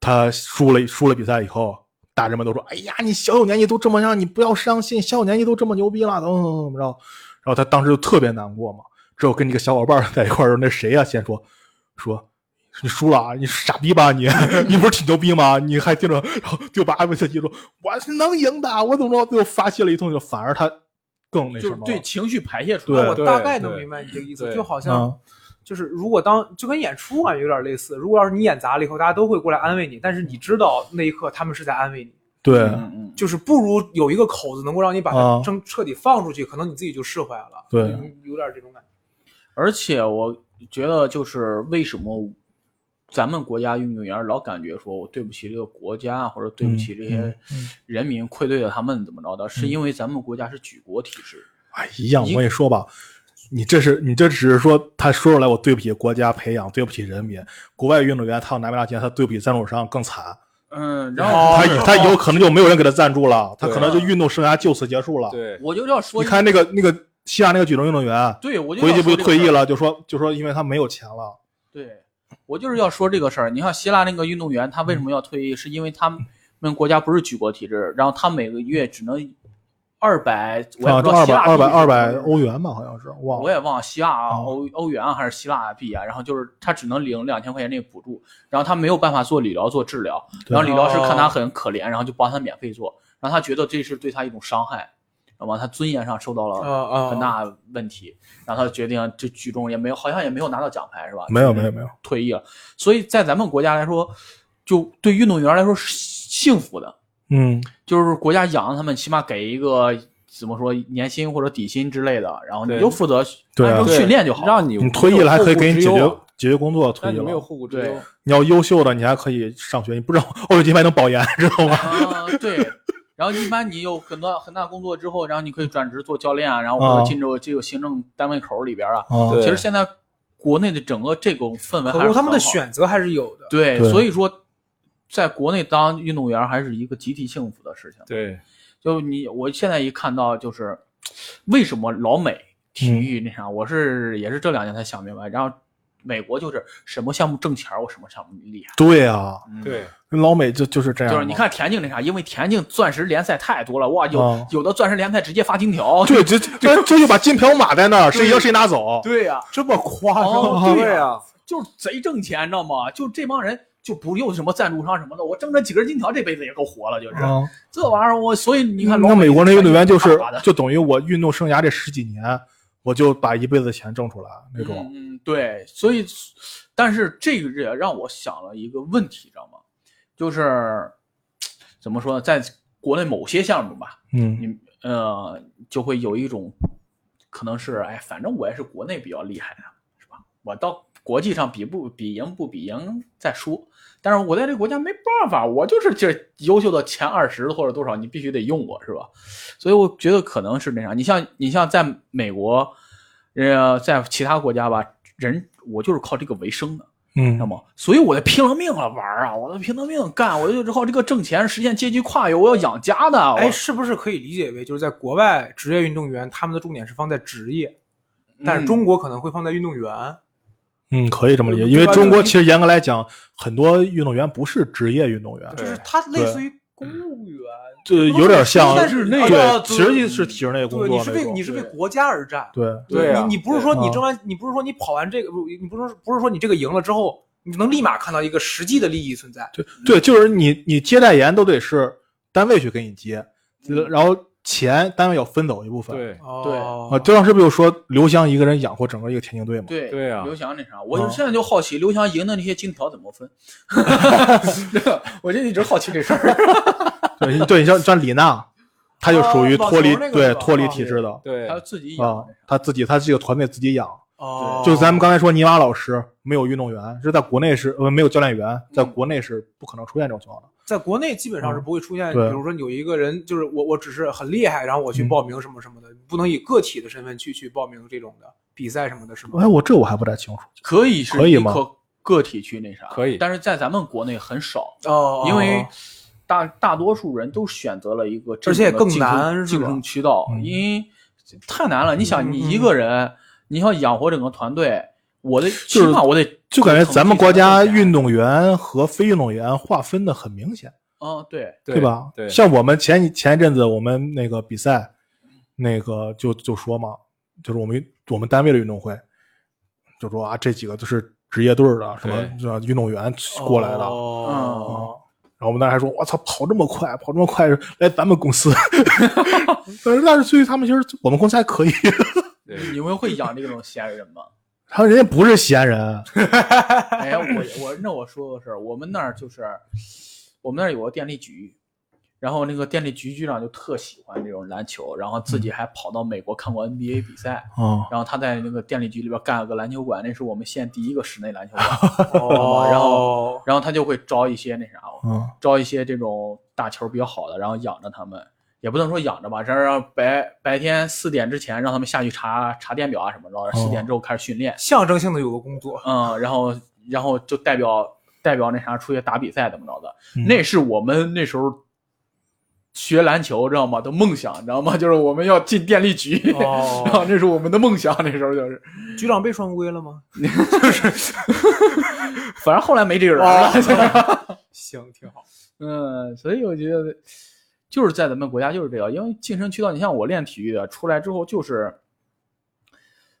Speaker 2: 他输了输了比赛以后，大人们都说：“哎呀，你小有年纪都这么样，你不要伤心，小有年纪都这么牛逼了，怎么怎么怎么着。”然后他当时就特别难过嘛。之后跟这个小伙伴儿在一块儿的时候，那谁呀、先说说你输了啊，你是傻逼吧你？你不是挺牛逼吗？你还盯着，然后就把阿维特记住，我是能赢的，我怎么着？最后发泄了一通，就反而他更那
Speaker 1: 就
Speaker 2: 什
Speaker 1: 是
Speaker 2: 么了。
Speaker 1: 对情绪排泄出
Speaker 2: 对
Speaker 1: 来。
Speaker 4: 那我
Speaker 1: 我
Speaker 3: 对
Speaker 4: 大概能
Speaker 3: 对
Speaker 4: 明白你这个意思，
Speaker 3: 对
Speaker 4: 就好像
Speaker 2: 嗯，
Speaker 4: 就是如果当就跟演出啊有点类似，如果要是你演砸了以后，大家都会过来安慰你，但是你知道那一刻他们是在安慰你，
Speaker 2: 对，
Speaker 1: 嗯嗯，
Speaker 4: 就是不如有一个口子能够让你把
Speaker 2: 啊
Speaker 4: 它正彻底放出去，可能你自己就释怀了。
Speaker 2: 对
Speaker 4: 有有点这种感觉。
Speaker 1: 而且我觉得就是为什么咱们国家运动员老感觉说我对不起这个国家，或者对
Speaker 2: 嗯
Speaker 1: 不起这些人民，愧对了他们怎么着的，是因为咱们国家是举国体制。
Speaker 2: 哎，一样。
Speaker 1: 一
Speaker 2: 我跟你说吧，你这是你这只是说他说出来，我对不起国家培养，对不起人民。国外运动员他要拿没拿钱，他对不起赞助商更惨。
Speaker 1: 嗯，然后
Speaker 2: 他以他以后可能就没有人给他赞助了，他可能就
Speaker 1: 对啊
Speaker 2: 运动生涯就此结束了。
Speaker 3: 对，
Speaker 1: 我就要说
Speaker 2: 你，看那个那个希腊那个举重运动员，
Speaker 1: 对我就
Speaker 2: 回
Speaker 1: 要
Speaker 2: 去不
Speaker 1: 说这
Speaker 2: 就
Speaker 1: 个
Speaker 2: 退役
Speaker 1: 事儿？
Speaker 2: 了，就说就说因为他没有钱了。
Speaker 1: 对，我就是要说这个事儿。你看希腊那个运动员，他为什么要退役？是因为他
Speaker 2: 嗯
Speaker 1: 们国家不是举国体制，然后他每个月只能二百，我也
Speaker 2: 啊，
Speaker 1: 不
Speaker 2: 这
Speaker 1: 知道
Speaker 2: 二
Speaker 1: 希
Speaker 2: 百
Speaker 1: 腊
Speaker 2: 二百二百
Speaker 1: 是不是
Speaker 2: 欧元吧，好像是忘
Speaker 1: 我
Speaker 2: 了。
Speaker 1: 也忘了希腊啊、
Speaker 2: 哦
Speaker 1: 欧欧元啊还是希腊币啊，然后就是他只能领两千块钱那个补助，然后他没有办法做理疗做治疗，
Speaker 2: 对哦
Speaker 1: 然后理疗师看他很可怜，然后就帮他免费做，然后他觉得这是对他一种伤害，知道吗？他尊严上受到
Speaker 4: 啊
Speaker 1: 了
Speaker 4: 啊，
Speaker 1: 很大问题，然后他决定这举重也没有，好像也没有拿到奖牌是吧？
Speaker 2: 没有没有没有，
Speaker 1: 退役了，所以在咱们国家来说，就对运动员来说是幸福的，
Speaker 2: 嗯，
Speaker 1: 就是国家养着他们，起码给一个。怎么说年薪或者底薪之类的，然后你
Speaker 3: 对
Speaker 1: 就负责
Speaker 2: 对
Speaker 1: 按
Speaker 2: 啊
Speaker 1: 正训练就好了。
Speaker 3: 让你
Speaker 2: 你退役了还可以给你解
Speaker 3: 后顾之忧
Speaker 2: 决
Speaker 3: 啊，
Speaker 2: 解决工作，退
Speaker 3: 但
Speaker 2: 役
Speaker 3: 你没有
Speaker 2: 了。
Speaker 3: 后顾之忧
Speaker 1: 对。
Speaker 2: 你要优秀的，你还可以上学。你不知道奥运金牌能保研，知道 吗？
Speaker 1: 啊，对。然后一般你有很多很大工作之后，然后你可以转职做教练啊，然后或
Speaker 2: 啊
Speaker 1: 者进入这个行政单位口里边啊。
Speaker 2: 啊，
Speaker 3: 对
Speaker 1: 其实现在国内的整个这种氛围还
Speaker 4: 可
Speaker 1: 是
Speaker 4: 能他
Speaker 1: 很
Speaker 4: 们的
Speaker 1: 好
Speaker 4: 选择还是有的。
Speaker 1: 对，
Speaker 2: 对
Speaker 1: 所以说在国内当运动员还是一个集体幸福的事情。
Speaker 3: 对，
Speaker 1: 就你我现在一看到就是为什么老美体育那啥，我是也是这两年才想明白，然后美国就是什么项目挣钱儿，我什么项目厉害。
Speaker 2: 对啊，
Speaker 1: 嗯
Speaker 3: 对，
Speaker 2: 老美就就是这样。
Speaker 1: 就是你，看田径那啥，因为田径钻石联赛太多了，哇，有、
Speaker 2: 啊
Speaker 1: 有的钻石联赛直接发金条。
Speaker 2: 对，这这这就把金瓢码在那儿，谁赢谁拿走。
Speaker 1: 对呀、
Speaker 4: 这么夸
Speaker 1: 哦
Speaker 4: 张，
Speaker 1: 对
Speaker 3: 对
Speaker 1: 呀
Speaker 3: 啊，
Speaker 1: 就是贼挣钱，你知道吗？就这帮人就不用什么赞助商什么的，我挣这几根金条，这辈子也够活了，就是、
Speaker 2: 啊，
Speaker 1: 这玩意儿我，所以你看老
Speaker 2: 那美国那运动员就是
Speaker 1: 打的
Speaker 2: 就等于我运动生涯这十几年，我就把一辈子钱挣出来那种。
Speaker 1: 嗯，嗯对，所以，但是这个也让我想了一个问题，知道吗？就是怎么说呢，在国内某些项目吧，
Speaker 2: 嗯，
Speaker 1: 你呃就会有一种可能是，哎，反正我也是国内比较厉害的，是吧？我到国际上比不比赢不比赢再说，但是我在这个国家没办法，我就是这优秀的前二十或者多少，你必须得用我是吧？所以我觉得可能是那啥，你像你像在美国，呃，在其他国家吧，人我就是靠这个为生的。
Speaker 2: 嗯
Speaker 1: 知道吗？所以我得拼了命了玩儿啊！我得拼了命干，我就靠这个挣钱实现阶级跨越，我要养家的。我
Speaker 2: 啊
Speaker 4: 哎，是不是可以理解为就是在国外职业运动员他们的重点是放在职业，但是
Speaker 1: 嗯
Speaker 4: 中国可能会放在运动员。
Speaker 2: 嗯，可以这么理解，
Speaker 4: 对
Speaker 2: 因为
Speaker 4: 吧
Speaker 2: 中国
Speaker 4: 就是
Speaker 2: 其实严格来讲，很多运动员不是职业运动员，
Speaker 3: 对
Speaker 4: 就是它类似于公务员，
Speaker 2: 这
Speaker 4: 不是
Speaker 2: 有点像
Speaker 4: 但是那个
Speaker 2: 对，
Speaker 4: 就是
Speaker 2: 其实是体制内嗯工
Speaker 4: 对，
Speaker 2: 作
Speaker 4: 你是
Speaker 2: 那
Speaker 4: 为
Speaker 2: 种
Speaker 4: 你。是为
Speaker 1: 对
Speaker 4: 国家而战，
Speaker 2: 对，
Speaker 3: 对啊
Speaker 4: 你你不是说
Speaker 2: 对
Speaker 4: 你争完，你不是说你跑完这个，不你不是说不是说你这个赢了之后，你能立马看到一个实际的利益存在。
Speaker 2: 对对，就是你你接代言都得是单位去给你接，
Speaker 1: 嗯
Speaker 2: 然后钱单位要分走一部分。
Speaker 3: 对，
Speaker 4: 哦
Speaker 2: 啊，就当时不就说刘翔一个人养活整个一个田径队吗？
Speaker 1: 对
Speaker 3: 对啊
Speaker 1: 刘翔那啥，我就
Speaker 2: 嗯
Speaker 1: 现在就好奇刘翔赢的那些金条怎么分， 我就一直好奇这事儿。
Speaker 2: 对对，你像像李娜，她就属于
Speaker 4: 哦网
Speaker 2: 脱离
Speaker 4: 球那个是
Speaker 2: 对
Speaker 4: 吧
Speaker 2: 脱离
Speaker 4: 啊
Speaker 2: 体制的
Speaker 3: 对
Speaker 1: 他，自己
Speaker 2: 啊
Speaker 1: 养，
Speaker 2: 她自己她这个团队自己养。
Speaker 4: 哦，
Speaker 2: 就是咱们刚才说尼玛老师没有运动员，是在国内是呃没有教练员，在国内是不可能出现这种情况的。
Speaker 4: 在国内基本上是不会出现，
Speaker 2: 嗯
Speaker 4: 比
Speaker 2: 对嗯
Speaker 4: 如说有一个人就是我我只是很厉害，然后我去报名什么什么的，不能以个体的身份去去报名这种的比赛什么的，是吗？
Speaker 2: 哎，我这我还不太清楚。
Speaker 1: 可以是
Speaker 2: 可以
Speaker 1: 一
Speaker 2: 吗
Speaker 1: 个个体去那啥，
Speaker 3: 可以
Speaker 1: 但是在咱们国内很少，
Speaker 4: 哦，
Speaker 1: 因为大大多数人都选择了一个这
Speaker 4: 而且
Speaker 1: 种的
Speaker 4: 更难
Speaker 1: 竞争
Speaker 4: 是吧
Speaker 1: 竞争渠道，
Speaker 2: 嗯
Speaker 1: 因为太难了。你想，
Speaker 4: 嗯
Speaker 1: 你一个人，你要养活整个团队，我的起
Speaker 2: 是
Speaker 1: 码我得
Speaker 2: 就感觉咱们国家运
Speaker 1: 动，
Speaker 2: 动员和非运动员划分的很明显，
Speaker 1: 嗯，对，
Speaker 2: 对吧？
Speaker 3: 对，
Speaker 2: 像我们前一前一阵子我们那个比赛，那个就就说嘛，就是我们我们单位的运动会，就说啊这几个都是职业队儿的什么
Speaker 3: 对
Speaker 2: 是吧运动员过来的。
Speaker 4: 哦，
Speaker 2: 然后我们当时还说：“我操，跑这么快，跑这么快，来咱们公司。”但是，但是，所以他们其实我们公司还可以，
Speaker 1: 你们会养这种闲人吗？
Speaker 2: 他说人家不是闲人，
Speaker 1: 哎，我我那我说个事儿，我们那儿就是我们那儿有个电力局，然后那个电力局局长就特喜欢这种篮球，然后自己还跑到美国看过 NBA 比赛，
Speaker 2: 啊、
Speaker 1: 然后他在那个电力局里边干了个篮球馆，那是我们县第一个室内篮球馆，
Speaker 4: 哦
Speaker 1: 然后然后他就会招一些那啥，
Speaker 2: 嗯，
Speaker 1: 招一些这种打球比较好的，然后养着他们，也不能说养着吧，这让白白天四点之前让他们下去查查电表啊什么的，四点之后开始训练，
Speaker 4: 象征性的有个工作，
Speaker 1: 嗯，然后然后就代表代表那啥出去打比赛怎么着的，
Speaker 2: 嗯
Speaker 1: 那是我们那时候学篮球知道吗的梦想，你知道吗？ 就是我们要进电力局，
Speaker 4: 哦
Speaker 1: 那是我们的梦想，那时候就是，
Speaker 4: 局长被双规了吗？
Speaker 1: 反正后来没这个人了。
Speaker 2: 哦
Speaker 4: 行，挺好。
Speaker 1: 嗯，所以我觉得就是在咱们国家就是这个，因为晋升渠道，你像我练体育的，出来之后就是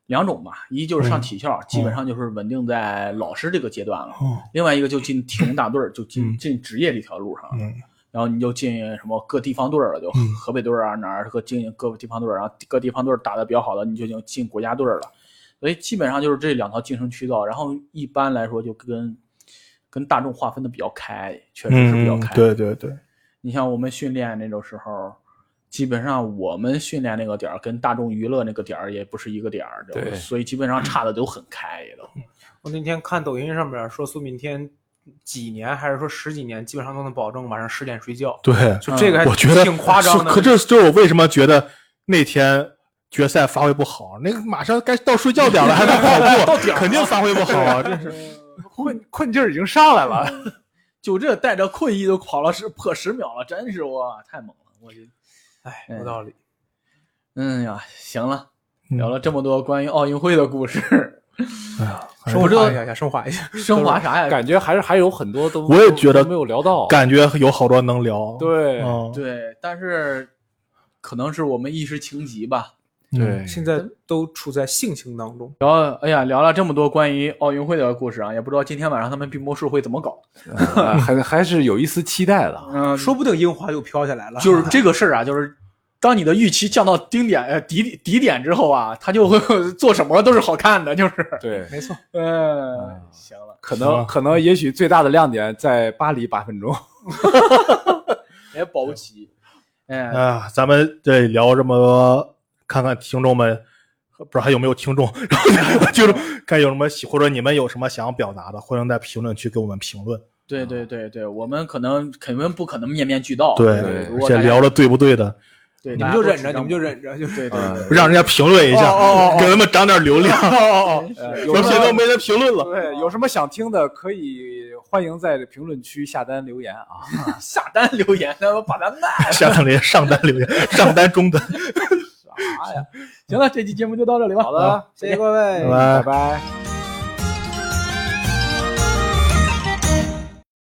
Speaker 1: 两种嘛，一就是
Speaker 2: 嗯
Speaker 1: 上体校，基本上就是稳定在老师这个阶段了；
Speaker 2: 哦
Speaker 1: 另外一个就进体工大队儿，就进、
Speaker 2: 嗯
Speaker 1: 进职业这条路上了。
Speaker 2: 嗯
Speaker 1: 然后你就进什么各地方队儿了，就
Speaker 2: 嗯
Speaker 1: 河北队儿啊哪儿各进各个地方队儿，然后各地方队儿打的比较好的，你就已经进国家队儿了。所以基本上就是这两条晋升渠道，然后一般来说就跟跟大众划分的比较开，确实是比较
Speaker 2: 嗯，
Speaker 1: 开。
Speaker 2: 对对对，
Speaker 1: 你像我们训练那种时候，基本上我们训练那个点儿跟大众娱乐那个点儿也不是一个点儿，就
Speaker 3: 对
Speaker 1: 所以基本上差的都很开，也都。
Speaker 4: 我那天看抖音上面说，苏炳添几年还是说十几年，基本上都能保证晚上十点睡觉，
Speaker 2: 对，
Speaker 4: 就这个还
Speaker 2: 我觉得
Speaker 4: 挺夸张的。
Speaker 2: 可这就是我为什么觉得那天决赛发挥不好，那个马上该到睡觉点了，还在跑步，肯定发挥不好啊！真
Speaker 1: 嗯
Speaker 2: 是，
Speaker 3: 困 困劲儿已经上来了。
Speaker 1: 就这带着困意都跑了十破十秒了，真是哇，太猛了！我觉得，
Speaker 4: 哎，
Speaker 1: 嗯
Speaker 4: 有道理。
Speaker 1: 嗯呀，行了，
Speaker 2: 嗯
Speaker 1: 聊了这么多关于奥运会的故事，
Speaker 2: 哎呀，
Speaker 4: 升
Speaker 1: 我这
Speaker 4: 华一下，升华一下。
Speaker 1: 升华啥呀？
Speaker 3: 感觉还是还有很多都
Speaker 2: 我也觉得
Speaker 3: 都没有聊到。
Speaker 2: 感觉有好多能聊。
Speaker 3: 对
Speaker 2: 嗯，
Speaker 1: 对，但是可能是我们一时情急吧。
Speaker 2: 嗯
Speaker 3: 对，
Speaker 4: 现在都处在性情当中，
Speaker 1: 聊，哎呀，聊了这么多关于奥运会的故事啊，也不知道今天晚上他们闭幕式会怎么搞。
Speaker 3: 呃还还是有一丝期待的。
Speaker 1: 嗯，
Speaker 4: 说不定樱花又飘下来了。
Speaker 1: 就是这个事儿啊，就是当你的预期降到顶点呃底底点之后啊，它就会做什么都是好看的，就是
Speaker 3: 对，
Speaker 4: 没错，
Speaker 1: 嗯，行了，
Speaker 3: 可
Speaker 2: 行啊
Speaker 3: 能可能也许最大的亮点在巴黎八分钟。
Speaker 1: 也保不齐。哎，
Speaker 2: 啊，咱们这里聊这么多，看看听众们。不知道还有没有听众，然后听众看有什么喜，或者你们有什么想要表达的，欢迎在评论区给我们评论。
Speaker 1: 对对对对，我们可能肯定不可能面面俱到，
Speaker 3: 对
Speaker 1: 如
Speaker 2: 而
Speaker 1: 果
Speaker 2: 且
Speaker 1: 大家
Speaker 2: 聊的对不对的，
Speaker 1: 对，
Speaker 4: 你
Speaker 1: 大家
Speaker 4: 们就
Speaker 1: 多
Speaker 4: 忍
Speaker 1: 指
Speaker 4: 着，
Speaker 1: 正
Speaker 4: 你们就忍着，就
Speaker 1: 对对 对，
Speaker 2: 让人家评论一下，给他们涨点流量。
Speaker 3: 呃
Speaker 2: 我
Speaker 3: 有
Speaker 2: 们
Speaker 3: 什
Speaker 2: 现在都
Speaker 3: 么
Speaker 2: 没人评 论了。
Speaker 3: 对有什么想听的，可以欢迎在评论区下单留言啊。
Speaker 1: 下单留言，咱们把咱卖
Speaker 2: 下单留言，上单留言，上单中单，
Speaker 1: 了呀。行了，这期节目就到这里吧。
Speaker 3: 好的，
Speaker 4: 谢谢各位，
Speaker 2: 拜
Speaker 3: 拜拜。
Speaker 2: 拜